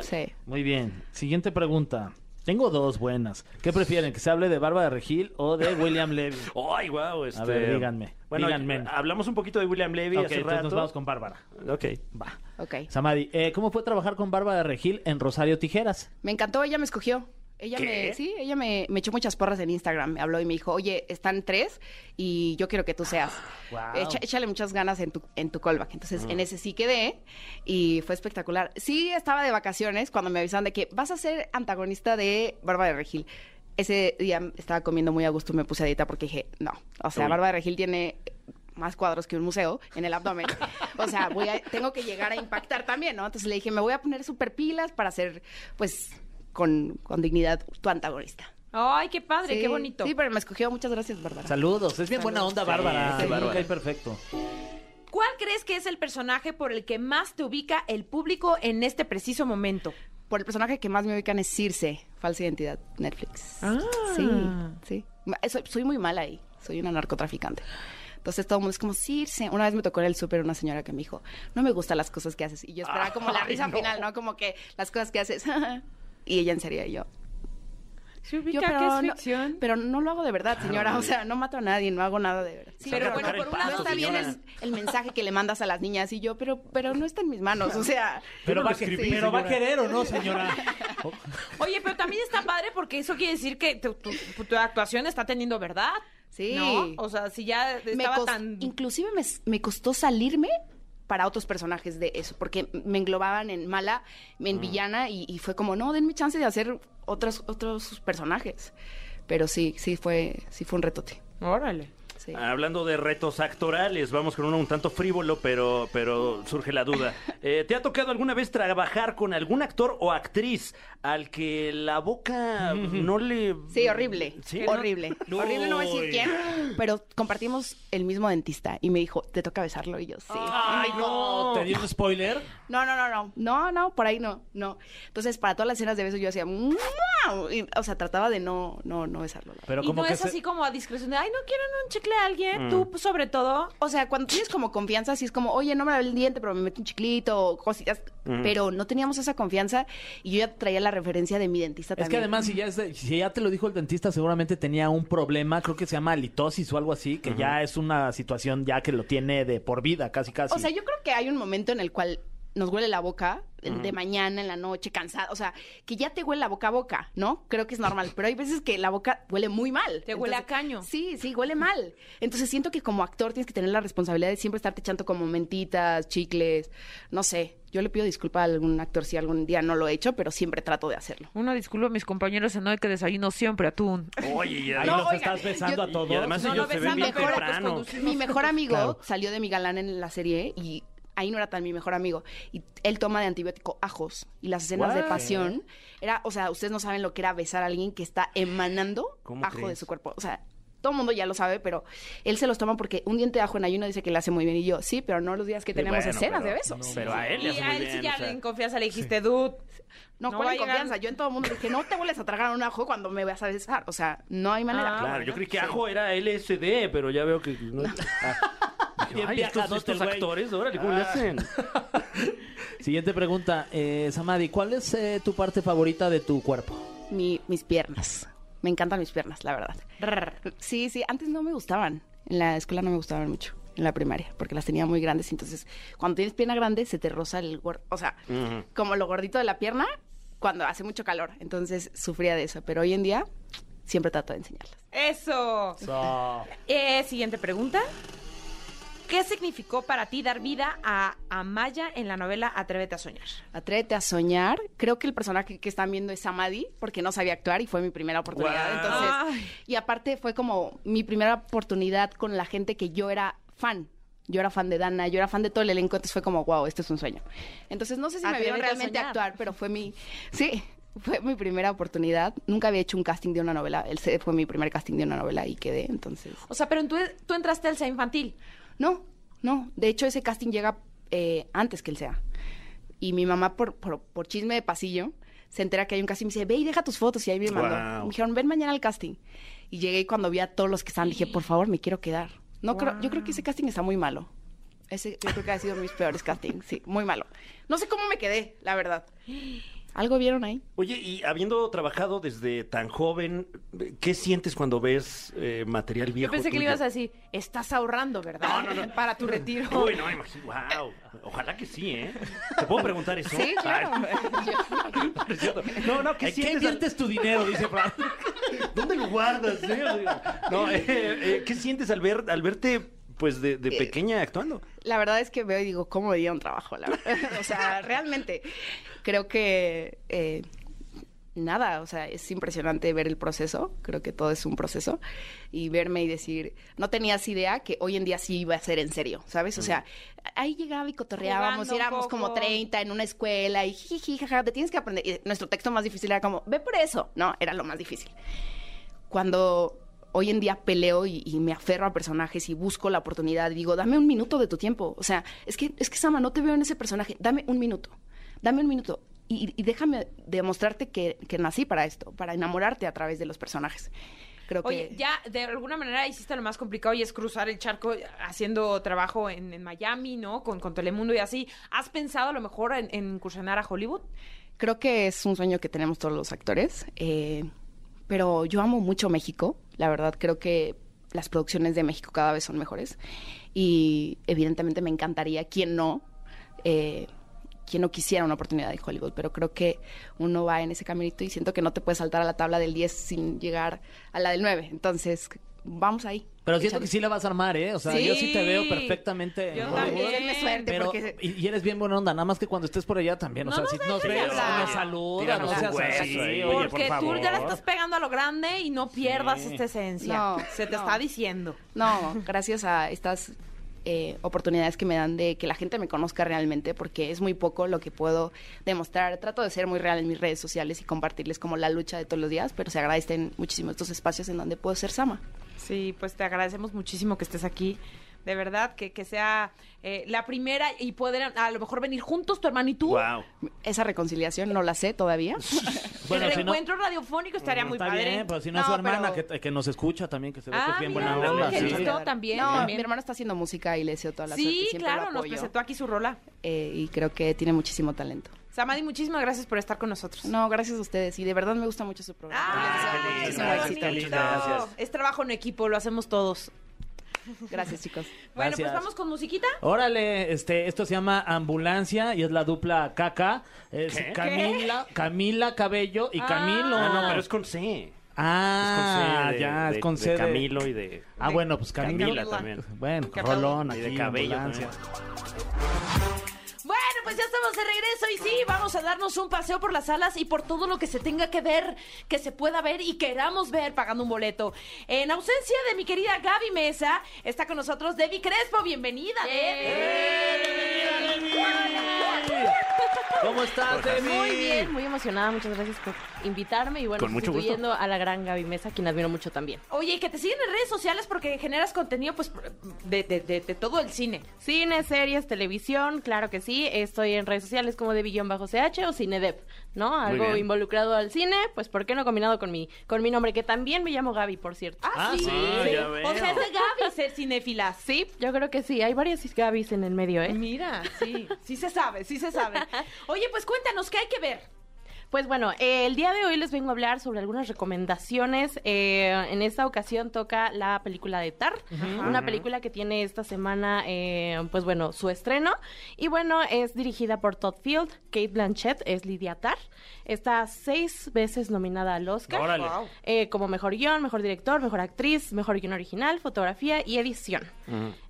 Sí. Muy bien. Siguiente pregunta. Tengo dos buenas. ¿Qué prefieren? ¿Que se hable de Bárbara Regil o de William Levy? Ay, wow, este... ver, díganme, Bueno, díganme. hablamos un poquito de William Levy ok, hace entonces rato. nos vamos con Bárbara. Ok. Va. Ok. Samadi, eh, ¿cómo fue trabajar con Bárbara Regil en Rosario Tijeras? Me encantó, ella me escogió. Ella ¿Qué? me, sí, ella me, me echó muchas porras en Instagram, me habló y me dijo, oye, están tres y yo quiero que tú seas. Guau. Echa- échale muchas ganas en tu, en tu callback. Entonces, en ese sí quedé y fue espectacular. Sí, estaba de vacaciones cuando me avisaron de que vas a ser antagonista de Bárbara Regil. Ese día estaba comiendo muy a gusto, me puse a dieta porque dije, no, o sea, Uy. Bárbara Regil tiene más cuadros que un museo en el abdomen. O sea, voy a- tengo que llegar a impactar también, ¿no? Entonces le dije, me voy a poner super pilas para ser, pues, con, con dignidad tu antagonista. Ay, qué padre, Sí, qué bonito. Sí, pero me escogió. Muchas gracias, Bárbara. Saludos. Es bien buena onda, Bárbara. Sí, qué Bárbara. bárbara. Ok, perfecto. ¿Cuál crees que es el personaje por el que más te ubica el público en este preciso momento? Por el personaje que más me ubican es Circe, falsa identidad, Netflix. Ah. Sí, sí. Soy, soy muy mala ahí. Soy una narcotraficante. Entonces todo el mundo es como Circe. Una vez me tocó en el súper una señora que me dijo, no me gustan las cosas que haces. Y yo esperaba como la Ay, risa no. final, ¿no? Como que las cosas que haces. y ella en serio, y yo. Se Yo, no, pero no lo hago de verdad, señora. O sea, no mato a nadie, no hago nada de verdad. Sí, pero Saca a bueno, tocar por el un lado no paso, está bien señora. el, el mensaje que le mandas a las niñas y yo, pero, pero no está en mis manos. O sea, Pero, no va, lo escribí, pero va a señora. querer o no, señora. Oye, pero también está padre porque eso quiere decir que tu, tu- tu actuación está teniendo verdad. Sí. ¿No? O sea, si ya me estaba cos- tan... inclusive me, s- me costó salirme para otros personajes de eso, porque me englobaban en mala, en Mm. villana, y, y fue como, no, denme chance de hacer otros, otros personajes. Pero sí, sí fue, sí fue un retote. Órale. Sí. Hablando de retos actorales, vamos con uno un tanto frívolo, pero, pero surge la duda. Eh, ¿Te ha tocado alguna vez trabajar con algún actor o actriz al que la boca no le... Sí, horrible. ¿Sí? Horrible. No. Horrible, no voy a decir quién. Pero compartimos el mismo dentista y me dijo, te toca besarlo. Y yo, sí. Ah. Ay, no. ¿Te dio un spoiler? No, no, no, no. No, no, por ahí no. No. Entonces, para todas las escenas de beso, yo hacía, "Mua", y, o sea, trataba de no, no, no besarlo. la verdad. Pero y como no que es se- así como a discreción de, ay, no quieren un chicle a alguien, Mm. tú pues, sobre todo. O sea, cuando tienes como confianza, si es como, oye, no me lavé el diente, pero me metí un chiclito o cositas. Pero no teníamos esa confianza y yo ya traía la referencia de mi dentista Es también. que además, si ya, es de- si ya te lo dijo el dentista, seguramente tenía un problema, creo que se llama halitosis o algo así, que ya es una situación ya que lo tiene de por vida, casi casi. O sea, yo creo que hay un momento en el cual nos huele la boca el de mañana, en la noche, cansada. O sea, que ya te huele la boca a boca, ¿no? Creo que es normal. Pero hay veces que la boca huele muy mal. Te huele a caño. Sí, sí, huele mal. Entonces siento que como actor tienes que tener la responsabilidad de siempre estarte echando como mentitas, chicles, no sé. Yo le pido disculpa a algún actor si algún día no lo he hecho, pero siempre trato de hacerlo. Una disculpa a mis compañeros en hoy que desayuno siempre atún. Oye, y Ahí además- los estás besando yo- a todos. y además No, ellos lo se ven besan bien mejor a tus temprano. conductores. Mi mejor amigo Claro. salió de mi galán en la serie y ahí no era tan mi mejor amigo. Y él toma de antibiótico ajos. Y las escenas de Guau. pasión, era, o sea, ustedes no saben lo que era besar a alguien que está emanando ¿Cómo ajo de crees? su cuerpo. O sea, todo el mundo ya lo sabe, pero él se los toma porque un diente de ajo en ayuno dice que le hace muy bien. Y yo, sí, pero no los días que tenemos bueno, escenas pero- de besos. Pero a él Y le hace a muy él sí bien. ya o sea. en confianza le dijiste, dude. No No, va ¿cuál a llegar- confianza? Yo en todo el mundo dije, no te vuelves a tragar un ajo cuando me vas a besar. O sea, no hay manera. Ah, Claro, bueno, yo creí que sí. ajo era LSD, pero ya veo que... no- Ah. Dije, Bien "Ay, estos, viajadote estos el güey". actores, órale, ¿cómo le Ah. hacen? Siguiente pregunta, eh, Samadi, ¿cuál es eh, tu parte favorita de tu cuerpo? Mi- mis piernas. Me encantan mis piernas, la verdad. Sí, sí, antes no me gustaban. En la escuela no me gustaban mucho, en la primaria, porque las tenía muy grandes. Entonces, cuando tienes pierna grande, se te roza el gordo. O sea, como lo gordito de la pierna cuando hace mucho calor. Entonces, sufría de eso. Pero hoy en día, siempre trato de enseñarlas. Eso. Eh, siguiente pregunta. ¿Qué significó para ti dar vida a Amaya en la novela Atrévete a soñar? Atrévete a soñar. Creo que el personaje que están viendo es Samadhi, porque no sabía actuar y fue mi primera oportunidad. Guau. Entonces, Ay. y aparte fue como mi primera oportunidad con la gente que yo era fan. Yo era fan de Dana, yo era fan de todo el elenco, entonces fue como, wow, esto es un sueño. Entonces no sé si me vieron Atrévete a realmente soñar. actuar, pero fue mi, sí, fue mi primera oportunidad. Nunca había hecho un casting de una novela, el C fue mi primer casting de una novela y quedé, entonces. O sea, pero tú, tú entraste al SEA infantil. No, no. De hecho, ese casting llega eh, antes que él sea. Y mi mamá, por, por, por chisme de pasillo, se entera que hay un casting y me dice, ve y deja tus fotos. Y ahí me mandó. Guau. Me dijeron, ven mañana al casting. Y llegué y cuando vi a todos los que estaban, dije, por favor, me quiero quedar. No creo, yo creo que ese casting está muy malo. Ese yo creo que ha sido mis peores castings, sí, muy malo. No sé cómo me quedé, la verdad. ¿Algo vieron ahí? Oye, y habiendo trabajado desde tan joven, ¿qué sientes cuando ves eh, material Yo viejo pensé que le tuyo? ibas a decir, estás ahorrando, ¿verdad? No, no, no. Para tu retiro. Uy, no, imagino, wow. Ojalá que sí, ¿eh? ¿Te puedo preguntar eso? Sí, claro. Ay, no es cierto. no, no, ¿qué ¿En qué sientes? al- inviertes tu dinero? Dice Fran. ¿Dónde lo guardas? eh? O sea, No, eh, eh, ¿qué sientes al, ver, al verte, pues, de, de pequeña actuando? La verdad es que veo y digo, ¿cómo me dieron trabajo? La verdad? O sea, realmente creo que eh, nada, o sea, es impresionante ver el proceso, creo que todo es un proceso, y verme y decir, no tenías idea que hoy en día sí iba a ser en serio, ¿sabes? O sea, ahí llegaba y cotorreábamos, Jugando y un éramos poco. como 30 en una escuela, y jiji, jaja, te tienes que aprender. Y nuestro texto más difícil era como, ve por eso, no, era lo más difícil cuando hoy en día peleo y, y me aferro a personajes y busco la oportunidad y digo, dame un minuto de tu tiempo. O sea, es que, es que Sama, no te veo en ese personaje. Dame un minuto. Dame un minuto. Y, y déjame demostrarte que, que nací para esto, para enamorarte a través de los personajes. Creo Oye, que. ya de alguna manera hiciste lo más complicado y es cruzar el charco haciendo trabajo en, en Miami, ¿no? Con, con Telemundo y así. ¿Has pensado a lo mejor en, en incursionar a Hollywood? Creo que es un sueño que tenemos todos los actores, eh, pero yo amo mucho México, la verdad creo que las producciones de México cada vez son mejores y evidentemente me encantaría quien no, eh, quien no quisiera una oportunidad en Hollywood, pero creo que uno va en ese caminito y siento que no te puedes saltar a la tabla del 10 sin llegar a la del 9, entonces vamos ahí. Pero siento que Échale. sí la vas a armar, ¿eh? O sea, yo sí te veo perfectamente. en Yo Hollywood. también. Denme suerte Pero, porque- y, y eres bien buena onda, nada más que cuando estés por allá también. O No sea, nos si nos dejes ves, hablar. nos saluda, Tíranos no un seas hueso así. ahí, oye, por Porque tú favor. ya le estás pegando a lo grande y no pierdas esta esencia. No, Se te no. está diciendo. No, gracias a estas eh, oportunidades que me dan de que la gente me conozca realmente, porque es muy poco lo que puedo demostrar. Trato de ser muy real en mis redes sociales y compartirles como la lucha de todos los días, pero se agradecen muchísimo estos espacios en donde puedo ser Sama. Sí, pues te agradecemos muchísimo que estés aquí. De verdad, que, que sea eh, la primera y poder a lo mejor venir juntos tu hermano y tú. Wow. Esa reconciliación no la sé todavía. Bueno, el si no, reencuentro radiofónico estaría muy está padre. bien, pues si no, es No, su hermana pero- que, que nos escucha también, que se ve que Ah, es bien mira, buena no, onda. pues, qué sí. listo. también, No, también. mi hermano está haciendo música y le deseo toda la suerte. sí, y siempre lo claro, nos apoyo. presentó aquí su rola. Eh, y creo que tiene muchísimo talento. Samadi, muchísimas gracias por estar con nosotros. No, gracias a ustedes. Y de verdad me gusta mucho su programa. Ay, Les deseo qué muchísimo bonito. éxito. gracias. Es trabajo en equipo, lo hacemos todos. Gracias, chicos. Bueno, Gracias. pues vamos con musiquita. Órale, este, esto se llama Ambulancia y es la dupla Caca, es Camila, Camila Cabello y Ah. Camilo. Ah, no, pero es con C. Ah, ya, es con C de de- Camilo y de... Ah, de bueno, pues Camilo. Camila también. Bueno, Camila. Rolón, Y aquí, de cabello Ambulancia. también. Bueno, pues ya estamos de regreso y sí, vamos a darnos un paseo por las salas y por todo lo que se tenga que ver, que se pueda ver y queramos ver pagando un boleto. En ausencia de mi ¡Eh! querida Gaby Mesa, está con nosotros Debbie Crespo. Bienvenida, Debbie. ¿Cómo estás, Pues, Debbie? Muy bien, muy emocionada. Muchas gracias por invitarme y bueno, Con mucho gusto. sustituyendo a la gran Gaby Mesa, quien admiro mucho también. Oye, y que te siguen en redes sociales porque generas contenido pues de, de- de- de todo el cine. Cine, series, televisión, claro que sí. Estoy en redes sociales como Debbie-CH o CineDep, ¿no? Algo bien. involucrado al cine, pues ¿por qué no combinado con mi, con mi nombre? Que también me llamo Gaby, por cierto. Ah, sí, ya veo. O sea, es de Gaby ser cinéfila. Sí, yo creo que sí. Hay varias Gabys en el medio, ¿eh? Mira, sí, sí se sabe, sí se sabe. Oye, pues cuéntanos, ¿qué hay que ver? Pues bueno, eh, el día de hoy les vengo a hablar sobre algunas recomendaciones. Eh, en esta ocasión toca la película de Tar, una película que tiene esta semana, eh, pues bueno, su estreno. Y bueno, es dirigida por Todd Field, Kate Blanchett es Lydia Tar. Está seis veces nominada al Oscar. Órale. Eh, como mejor guión, mejor director, mejor actriz, mejor guión original, fotografía y edición.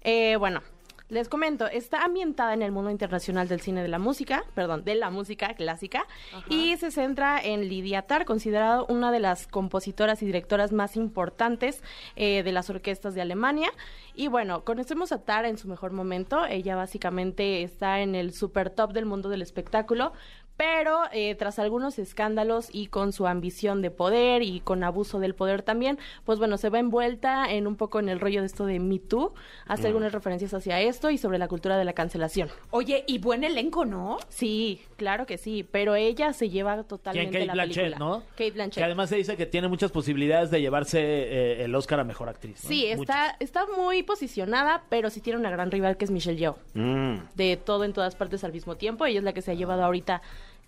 Eh, bueno, les comento, está ambientada en el mundo internacional del cine de la música, perdón, de la música clásica, y se centra en Lydia Tarr, considerada una de las compositoras y directoras más importantes eh, de las orquestas de Alemania. Y bueno, conocemos a Tarr en su mejor momento, ella básicamente está en el super top del mundo del espectáculo, pero eh, tras algunos escándalos y con su ambición de poder y con abuso del poder también, pues bueno, se va envuelta en un poco en el rollo de esto de Me Too, hace algunas referencias hacia esto y sobre la cultura de la cancelación. Oye, y buen elenco, ¿no? Sí, claro que sí, pero ella se lleva ¿Quién? totalmente Kate la Blanchett, película. ¿no? Kate Que Blanchett. además se dice que tiene muchas posibilidades de llevarse eh, el Oscar a Mejor Actriz. ¿no? Sí, está, está muy posicionada, pero sí tiene una gran rival que es Michelle Yeoh. Mm. De todo en todas partes al mismo tiempo. Ella es la que se ha llevado ahorita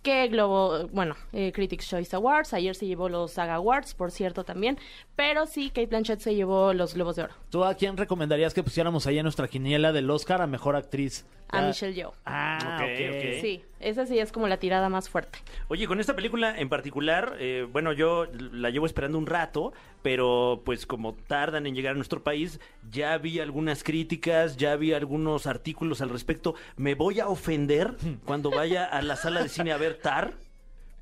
que Globo, bueno, eh, Critics Choice Awards. Ayer se llevó los Saga Awards, por cierto, también. Pero sí, Kate Blanchett se llevó los Globos de Oro. Mucho. ¿Tú a quién recomendarías que pusiéramos ahí en nuestra quiniela del Oscar a Mejor Actriz? A Ah, Michelle Yeoh. Ah, ok, Ok, ok. ok. Sí, esa sí es como la tirada más fuerte. Oye, con esta película en particular, eh, bueno, yo la llevo esperando un rato, pero pues como tardan en llegar a nuestro país, ya vi algunas críticas, ya vi algunos artículos al respecto. ¿Me voy a ofender cuando vaya a la sala de cine a ver Tar?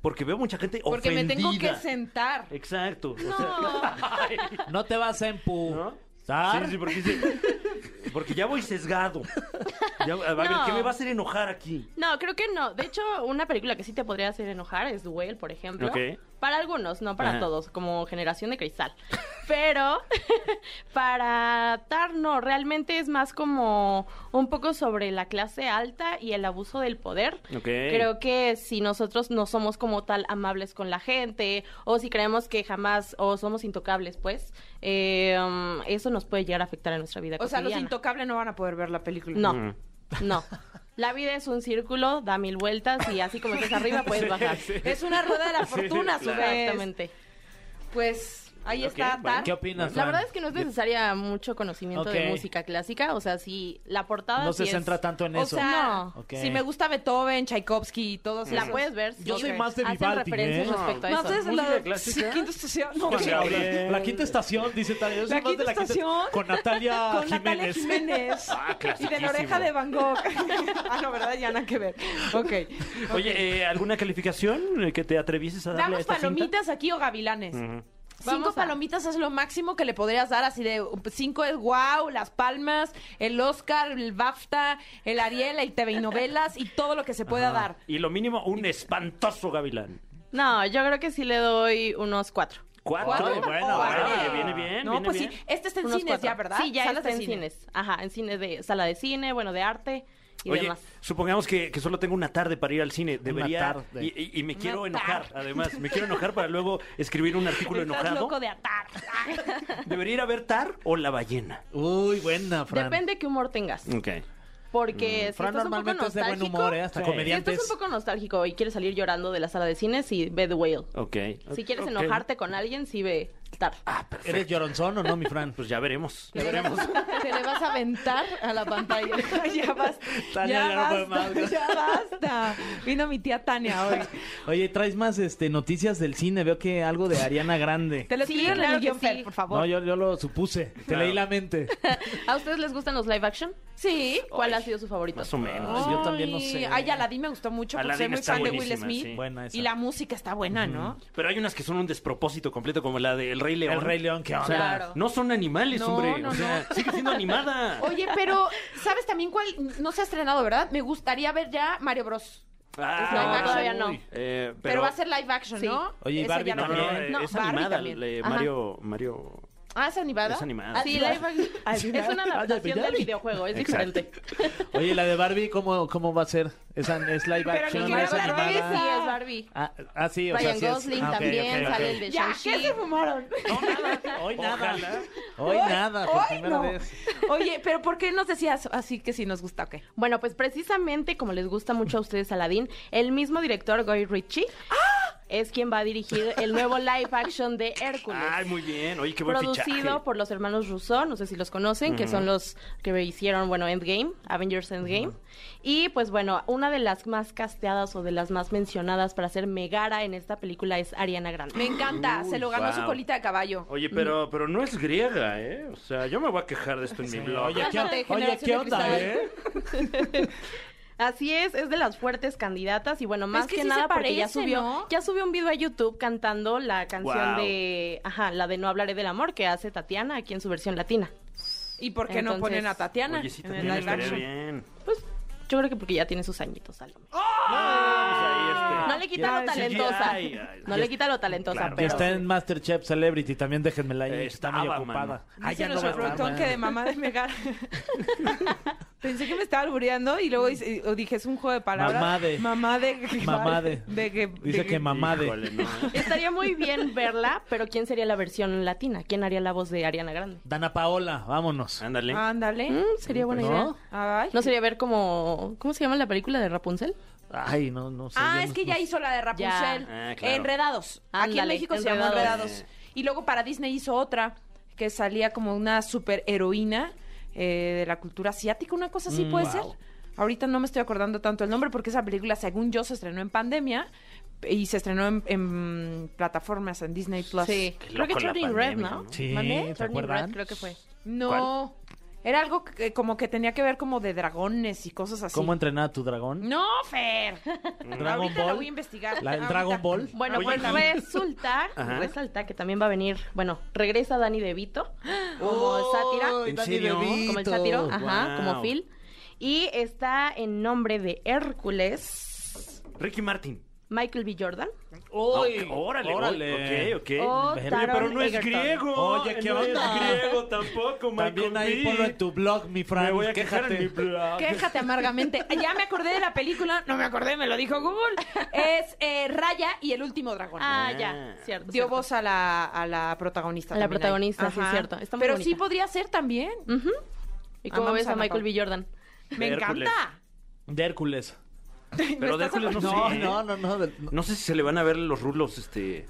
Porque veo mucha gente Porque me ofendida. tengo que sentar. Exacto. o sea- Ay, No te vas a ¿no? empujar. Sí, sí, porque, sí. porque ya voy sesgado. Ya- a ver, No. ¿qué me va a hacer enojar aquí? No, creo que no. De hecho, una película que sí te podría hacer enojar es Duel, por ejemplo. Ok. Para algunos, no para Ajá. todos, como generación de cristal. Pero para Tar no, realmente es más como un poco sobre la clase alta y el abuso del poder. Ok. Creo que si nosotros no somos como tal amables con la gente o si creemos que jamás o somos intocables, pues eh, um, eso nos puede llegar a afectar en nuestra vida. O sea, los cotidiana. intocables no van a poder ver la película. No, no. La vida es un círculo, da mil vueltas y así como estás arriba puedes bajar. Es una rueda de la fortuna, a su vez. Exactamente. Pues ahí Ok, está vale. Tar. ¿Qué opinas? La Fran? verdad es que no es necesaria mucho conocimiento Ok. de música clásica, o sea, si la portada No sí se es- centra tanto en O eso. sea, No. Ok. si me gusta Beethoven, Tchaikovsky y todos la esos. puedes ver. Yo sí. soy más de Hacen Vivaldi, referencias ¿eh? respecto a No, eso. entonces ¿Música la clásica? quinta estación. No, Oye, ¿qué? oye, la quinta estación, dice Tania. Yo soy La más de quinta la quinta estación. Con Natalia Con Jiménez. Natalia Jiménez. Ah, y de la oreja de Van Gogh. ah, no, ¿verdad? Ya nada que ver. Ok. Oye, eh, ¿alguna calificación eh, que te atrevieses a darle a ¿Damos esta cinta? palomitas aquí o gavilanes? Cinco Vamos a- palomitas es lo máximo que le podrías dar, así de cinco es wow, las palmas, el Oscar, el BAFTA, el Ariel, el TV y novelas y todo lo que se pueda dar. Y lo mínimo, un espantoso gavilán. No, yo creo que sí le doy unos cuatro. ¿Cuatro? Cuatro, bueno, órale. bueno, oye, viene bien, No, viene pues bien. sí, este está en Unos cines cuatro. ya, ¿verdad? Sí, ya Salas está de en cine. cines. Ajá, en cines de sala de cine, bueno, de arte y Oye, demás. supongamos que, que solo tengo una tarde para ir al cine. Debería. tarde. Y, y- y me quiero enojar, tarde. además. Me quiero enojar para luego escribir un artículo Estás enojado. loco de atar. ¿Debería ir a ver Tar o La Ballena? Uy, buena, Fran. Mm. Depende qué humor tengas. Ok. Porque si Fran estás un poco normalmente es de buen nostálgico, humor, ¿eh? Hasta Sí. si comediantes. estás un poco nostálgico y quieres salir llorando de la sala de cine, sí ve The Whale. Ok. Si quieres Ok. enojarte con alguien, sí ve Tar. ¿Eres lloronzón o no, mi Fran? Pues ya veremos. Te le vas- te le vas a aventar a la pantalla. ya basta. Tania ya, ya no puede basta más. ya basta. Vino mi tía Tania hoy. Oye, traes más este, noticias del cine. Veo que algo de Ariana Grande. Te lo Sí, escribí en claro el que guión, sí. Fer, por favor. No, yo, yo lo supuse. Te Claro. leí la mente. ¿A ustedes les gustan los live action? Sí. ¿Cuál ha sido su favorito? Más o Oh. menos. Ay, pues, yo también no sé. Ay, Aladdin me gustó mucho porque soy Aladdin muy está fan de Will buenísima, Smith. sí. Buena esa. Y la música está buena, ¿no? Pero hay unas que son un despropósito completo, como la de El el Rey León. El Rey León, ¿qué O sea, onda? Claro. no son animales, No, hombre. no, o sea, sigue siendo animada. Oye, pero ¿sabes también cuál? No se ha estrenado, ¿verdad? Me gustaría ver ya Mario Bros. Ah, live no, action. no. Eh, Pero, va a ser live action, Sí. ¿no? Oye, y Esa Barbie ya No, no, no, también. eh, No, es Barbie animada. también. le- Ajá. Mario, Mario... Ah, ¿es animada? Es animada. Sí, live action. es una Ah, adaptación del videojuego, es Exacto. diferente. Oye, la de Barbie, ¿cómo, cómo va a ser? ¿Es, an- es live Pero action? ni ¿Es siquiera hablar de Sí, animada? esa. es Barbie. Ah, ah, sí, o sea, Ryan sí es- Gosling ah, ok, también ok, ok. sale el de Ya, ¿qué Shang-Chi. se fumaron? Hoy nada. Hoy nada, por hoy primera no. vez. Oye, pero ¿por qué nos decías así que si nos gusta o qué? Bueno, pues precisamente como les gusta mucho a ustedes Aladdin, el mismo director Guy Ritchie es quien va a dirigir el nuevo live action de Hércules. Ay, muy bien. Oye, qué buen producido fichaje. por los hermanos Russo, no sé si los conocen, que son los que hicieron, bueno, Endgame, Avengers Endgame. Y pues bueno, una de las más casteadas o de las más mencionadas para ser Megara en esta película es Ariana Grande. Me encanta, se lo ganó su wow. colita de caballo. Oye, pero, pero no es griega, ¿eh? O sea, yo me voy a quejar de esto en mi blog. Oye, ¿qué, Cásate, oye, generación ¿qué de onda, cristal. eh? Así es, es de las fuertes candidatas y bueno, más que sí que, se nada porque ya parece, subió, ¿no? ya subió un video a YouTube cantando la canción Wow. de, ajá, la de No hablaré del amor que hace Tatiana aquí en su versión latina. ¿Y por qué no Entonces- ponen a Tatiana Oye, sí, en también el live estaría action? bien. Pues yo creo que porque ya tiene sus añitos, Salomé. Ah, Ah. pues este, No le quita Ya, lo sí, ya, talentosa. ay, ay. No Ya le quita lo talentosa, claro. Ya Ah, pero está en Masterchef Celebrity, también déjenmela ahí, Eh, está muy estaba, ocupada. mano. Ah, Dice ya no va a nuestro estar, productor que man. de mamá de Megara. Pensé que me estaba albureando y luego dice- o dije, es un juego de palabras. Mm. Mamá de. Mamá de. Mamá de. de que, Dice de que mamá Híjole, de... no. estaría muy bien verla, pero ¿quién sería la versión latina? ¿Quién haría la voz de Ariana Grande? Dana Paola, vámonos. Ándale. Ándale. Mm, sería buena ¿eh? ¿No? idea. Ay. ¿No sería ver como... ¿Cómo se llama la película de Rapunzel? Ay, no, no sé. Ah, yo es Pues no- que ya hizo la de Rapunzel. Ah, claro. Enredados. Aquí en Ándale, México se llamó Enredados. Enredados. Y luego para Disney hizo otra que salía como una superheroína eh, de la cultura asiática, una cosa así Mm, puede wow. ser. Ahorita no me estoy acordando tanto el nombre porque esa película, según yo, se estrenó en pandemia y se estrenó en, en plataformas, en Disney Plus. Sí. Qué Creo que loco la Turning Red, pandemia, ¿no? ¿no? Sí, ¿Mandé? ¿te Turning Red acuerdan? creo que fue. Ah, No. Era algo que- como que tenía que ver como de dragones y cosas así. ¿Cómo entrenar a tu dragón? No, Fer. Dragon Ahorita la Ball. voy a investigar. La- el Ahorita. Dragon Ball. Bueno, Oye, pues la- resulta, Ajá. resalta que también va a venir, bueno, regresa Dani DeVito como ¡Oh! sátira, ¿En serio? como el sátiro, Wow. ajá, como Phil. Y está en nombre de Hércules, Ricky Martin. Michael B. Jordan. Uy, Ah, ok, órale, órale. Ok, ok. Oh, O Oye, Taron pero no es Egerton. griego. Oye, ¿qué no onda? es griego tampoco, Michael También ahí B. ponlo en tu blog, mi Fran. Me voy a quejar quéjate. en mi blog. Quéjate amargamente. Ya me acordé de la película. No me acordé, me lo dijo Google. Es eh, Raya y el último dragón. Ah, ya, cierto. Dio cierto. voz a la, a la protagonista. A la también ahí. protagonista, sí, Ajá. cierto. Está muy Pero bonita. sí podría ser también. Ujú. ¿Y cómo Amamos ves a a Ana Michael Paula. B. Jordan? Me Hércules. encanta. De Hércules. Pero de Hércules no, No, sé. no, no, no. del- no. No sé si se le van a ver los rulos, este.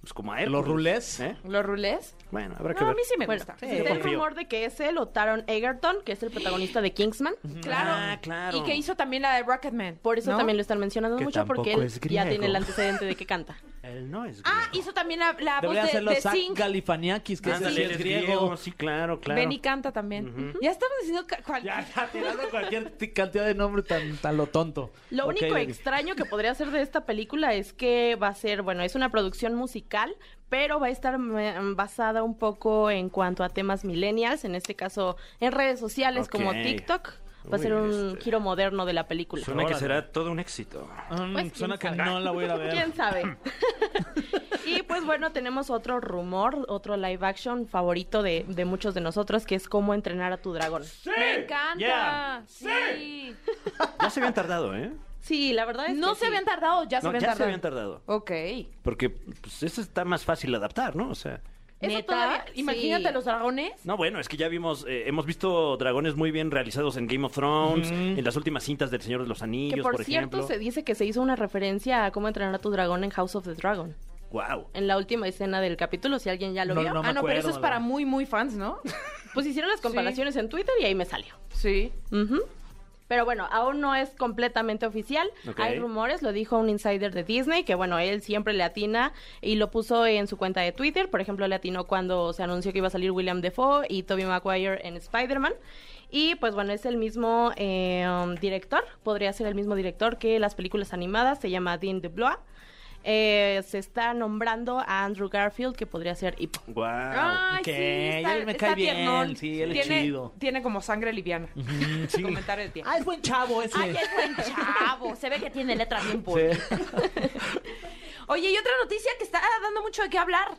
Pues como a Hércules. ¿Los rulés? ¿Eh? ¿Los rulés? Bueno, habrá que No, a ver. mí sí me Bueno, gusta. está el confío. rumor de que es él o Taron Egerton, que es el protagonista de Kingsman. Claro. Ah, claro. Y que hizo también la de Rocketman. Por eso ¿no? también lo están mencionando Que mucho, porque tampoco él es ya griego. tiene el antecedente de que canta. Él no es griego. Ah, hizo también la, la voz Debería de, ser los de Zach Sing. Galifaniakis, que ese sí Ándale, es es griego. Sí, claro, claro. Ven y canta también. Ya estamos diciendo ca- cuál. Ya, ya, tirando cualquier t- cantidad de nombre tan, tan lo tonto. Lo Ok, único Lady. extraño que podría ser de esta película es que va a ser, bueno, es una producción musical, pero va a estar mm, basada un poco en cuanto a temas millennials, en este caso en redes sociales como Ok. TikTok. Va a ser Uy, un este. giro moderno de la película. Suena que Órale. será todo un éxito. Mm, Pues, suena que ¿quién sabe? no la voy a ir a ver. ¿Quién sabe? y pues bueno, tenemos otro rumor, otro live action favorito de, de muchos de nosotros, que es cómo entrenar a tu dragón. Me encanta. Yeah. Sí. Ya se habían tardado, ¿eh? Sí, la verdad es No que se sí. habían tardado, ya se No, habían ya se tardado. habían tardado. Ok. Porque pues, eso está más fácil de adaptar, ¿no? O sea. Eso ¿Neta? todavía- Sí. imagínate los dragones. No, bueno, es que ya vimos, eh, hemos visto dragones muy bien realizados en Game of Thrones, en las últimas cintas del Señor de los Anillos, Que por, por, cierto ejemplo. se dice que se hizo una referencia a cómo entrenar a tu dragón en House of the Dragon. Wow. En la última escena del capítulo, si alguien ya lo No, vio. no me ah, no, pero eso acuerdo, es para la- muy, muy fans, ¿no? Pues hicieron las comparaciones en Twitter y ahí me salió. sí. Ujú. Pero bueno, aún no es completamente oficial. Ok. Hay rumores, lo dijo un insider de Disney, que bueno, él siempre le atina y lo puso en su cuenta de Twitter. Por ejemplo, le atinó cuando se anunció que iba a salir William Defoe y Tobey Maguire en Spider-Man. Y pues bueno, es el mismo eh, um, director, podría ser el mismo director que las películas animadas, se llama Dean DeBlois. eh, se está nombrando a Andrew Garfield, que podría ser Hippo. Wow, Ay, Ah, ok, sí, está, ya él me está cae bien, tiernón. sí, él es tiene, chido. Tiene como sangre liviana. sí. Comentario de ti. Ah, es buen chavo ese. Ay, es buen chavo. Se ve que tiene letras bien bonitas. Sí. Oye, y otra noticia que está dando mucho de qué hablar.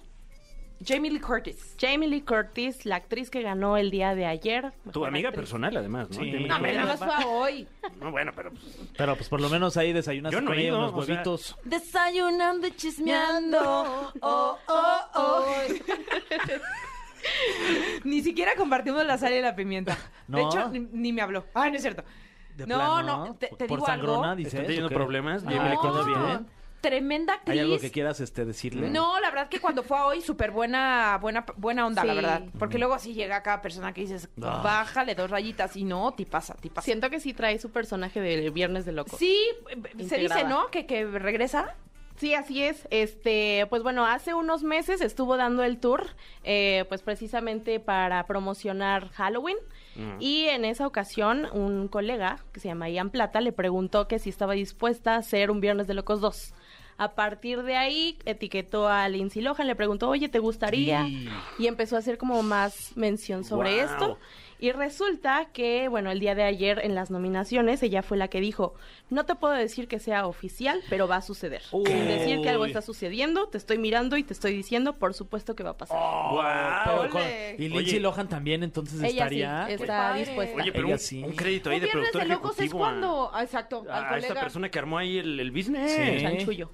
Jamie Lee Curtis. Jamie Lee Curtis, la actriz que ganó el día de ayer. Tu pues, mejor amiga actriz. personal, además, ¿no? Sí. Jamie No, Lee Nada más fue a hoy. Curtis. No, bueno, pero pues, Pero pues por lo menos ahí desayunas Yo no con he ella ido, unos o sea- huevitos. Desayunando y chismeando. Oh, oh, oh. Ni siquiera compartimos la sal y la pimienta. No. De hecho, ni, ni me habló. Ay, no es cierto. De no, plano, no, te, te por digo sangrona, algo. dices. ¿Estás teniendo ¿o qué? problemas? Ah, Jamie Lee ¿le conoces Curtis. bien? Tremenda actriz. ¿Hay algo que quieras este, decirle? No, la verdad que cuando fue a hoy, súper buena, buena, buena onda, la Sí. verdad. Porque luego así llega cada persona que dices, Ah. bájale dos rayitas y no, ti pasa, ti pasa. Siento que sí trae su personaje de Viernes de Locos. Sí, se dice, Integrada. ¿no? Que, que regresa. Sí, así es. Este, pues bueno, hace unos meses estuvo dando el tour, eh, pues precisamente para promocionar Halloween. Mm. Y en esa ocasión, un colega que se llama Ian Plata le preguntó que si estaba dispuesta a hacer un Viernes de Locos 2. A partir de ahí, etiquetó a Lindsay Lohan, le preguntó, oye, ¿te gustaría? Y- Y empezó a hacer como más mención sobre Guau. esto. Y resulta que, bueno, el día de ayer en las nominaciones ella fue la que dijo, no te puedo decir que sea oficial, pero va a suceder. Uy. Sin decir que algo está sucediendo, te estoy mirando y te estoy diciendo, por supuesto que va a pasar. Oh, ¡Guau! pero con- Ole. Y Lindsay Oye. Lohan también, entonces ella estaría. sí, Pues, está padre. dispuesta. Oye, pero Ella un, sí. un crédito ahí Un de viernes productor de locos es ejecutivo a- cuando, ah, exacto, al a esta colega. persona que armó ahí el, el business. Sí. Chanchullo.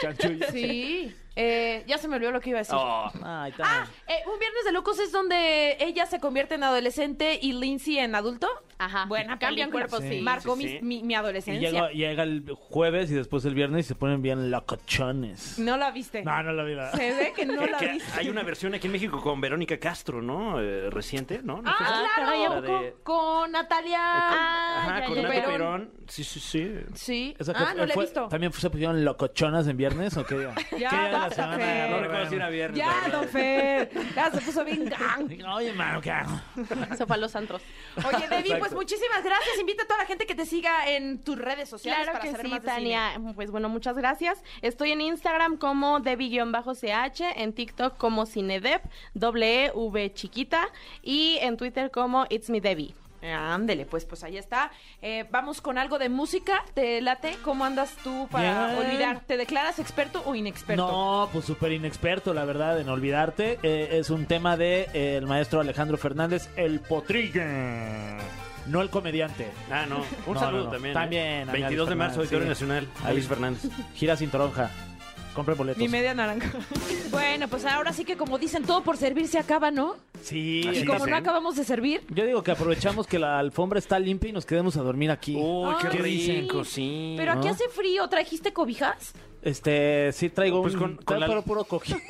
chanchullo. Sí, eh, ya se me olvidó lo que iba a decir. Oh, Ay, tan- Ah, eh, un viernes de locos es donde ella se convierte en adolescente y Lindsay en adulto. Ajá. Buena Cambian película. cuerpos, sí. Marcó Sí, mi- sí. Mi, mi Y adolescencia. llega, llega el jueves y después el viernes y se ponen bien locochones. No la viste. No, no lo vi. la- Se ve que no que- la que viste. hay una versión aquí en México con Verónica Castro, ¿no? Eh, reciente, ¿no? ¿No fue? Ah, Ah, caray, ¿a claro. La de- Con- Con Natalia. Eh, Ah, Ajá, ya, con ya, Nato Perón. Perón. Sí, sí, sí. Sí. Esa que ah, no fue- la he fue- visto. ¿También se pusieron locochonas en viernes o qué día? ¿Qué día de la basta, semana? Fer. No Bueno. recuerdo si era viernes. Ya, la don verdad. Fer. Ya se puso bien gang. Digo, Oye, mano, ¿qué hago? Se fue a los antros. Oye, Debbie, pues Exacto. muchísimas gracias. Invita a toda la gente que te siga en tus redes sociales Claro para que saber sí, más de Tania. Pues bueno, muchas gracias. Estoy en Instagram como Debbie-CH, en TikTok como Cinedep, doble E, V chiquita, y en Twitter como It's Me Debbie. cine. Ándele, pues, pues ahí está. Eh, vamos con algo de música. ¿Te late? ¿Cómo andas tú para Bien. olvidar? ¿Te declaras experto o inexperto? No, pues súper inexperto, la verdad, en olvidarte. Eh, es un tema de eh, el maestro Alejandro Fernández, el potrillo. No el comediante. Ah, no. Un No, saludo no, no. también. ¿eh? También, a mi 22 de Alex marzo, Fernández, Auditorio sí. Nacional. Alex Fernández. Gira sin toronja. Compre boletos. Mi media naranja. Bueno, pues ahora sí que como dicen, todo por servir se acaba, ¿no? Sí, Así Y está- como no dicen. acabamos de servir, yo digo que aprovechamos que la alfombra está limpia y nos quedemos a dormir aquí. Uy, qué Ay, rico, sí. sí. pero aquí ¿no? hace frío, ¿trajiste cobijas? Este, sí traigo Pues un- con- con traigo la- pero puro cojín.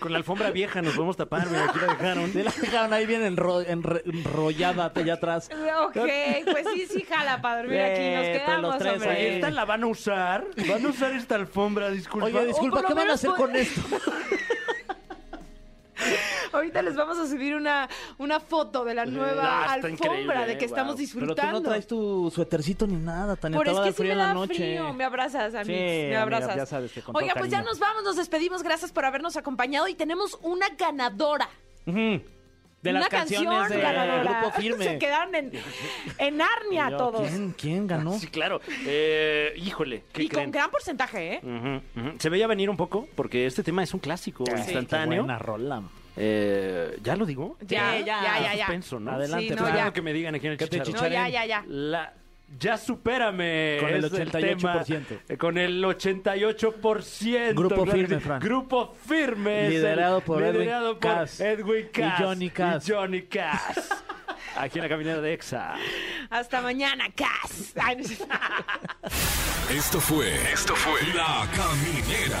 Con la alfombra vieja nos podemos tapar, mira, aquí la dejaron. Sí, la dejaron ahí bien enro- enre- enrollada allá atrás. Ok, pues sí, sí, jala para dormir aquí. Nos Eh, pues los quedamos, tres hombre. ahí. ¿Esta la van a usar? ¿Van a usar esta alfombra? Disculpa. Oye, disculpa, por lo ¿qué van a menos hacer pod- con esto? Ahorita les vamos a subir una, una foto de la nueva Ah, está alfombra increíble, de que eh, estamos wow. Pero tú no disfrutando. traes tu suétercito ni nada, tan Por es que de sí frío me en la da noche. frío, me abrazas a mí, Sí, me amiga, abrazas. ya sabes que con todo Oiga, pues ya cariño. nos vamos, nos despedimos, gracias por habernos acompañado y tenemos una ganadora. Ujú. De las una canciones canción del ganadora. grupo firme. Se quedaron en, en Arnia Yo, todos. ¿Quién, quién ganó? Oh, Sí, claro. Eh, híjole, ¿qué Y creen? con gran porcentaje, ¿eh? Ujú, ujú. Se veía venir un poco porque este tema es un clásico Ah, Qué instantáneo. buena rola. Eh, ¿Ya lo digo? Ya, Sí, ya, ya, Ah, ya. suspenso, ¿no? Adelante, Sí, no, Claro ya. que me digan aquí en el Que te chicharro. No, ya, ya, ya. La, ya supérame. Con el es 88%. tema. Con el 88%. Grupo claro que firme, sí. Fran. Grupo firme. es Liderado por Edwin liderado por Cass. Edwin Y Cass. Johnny Cass. Y Johnny Cass. Aquí en la caminera de EXA. Hasta mañana, Cas. Ay, no es- Esto fue. Esto fue. La Caminera.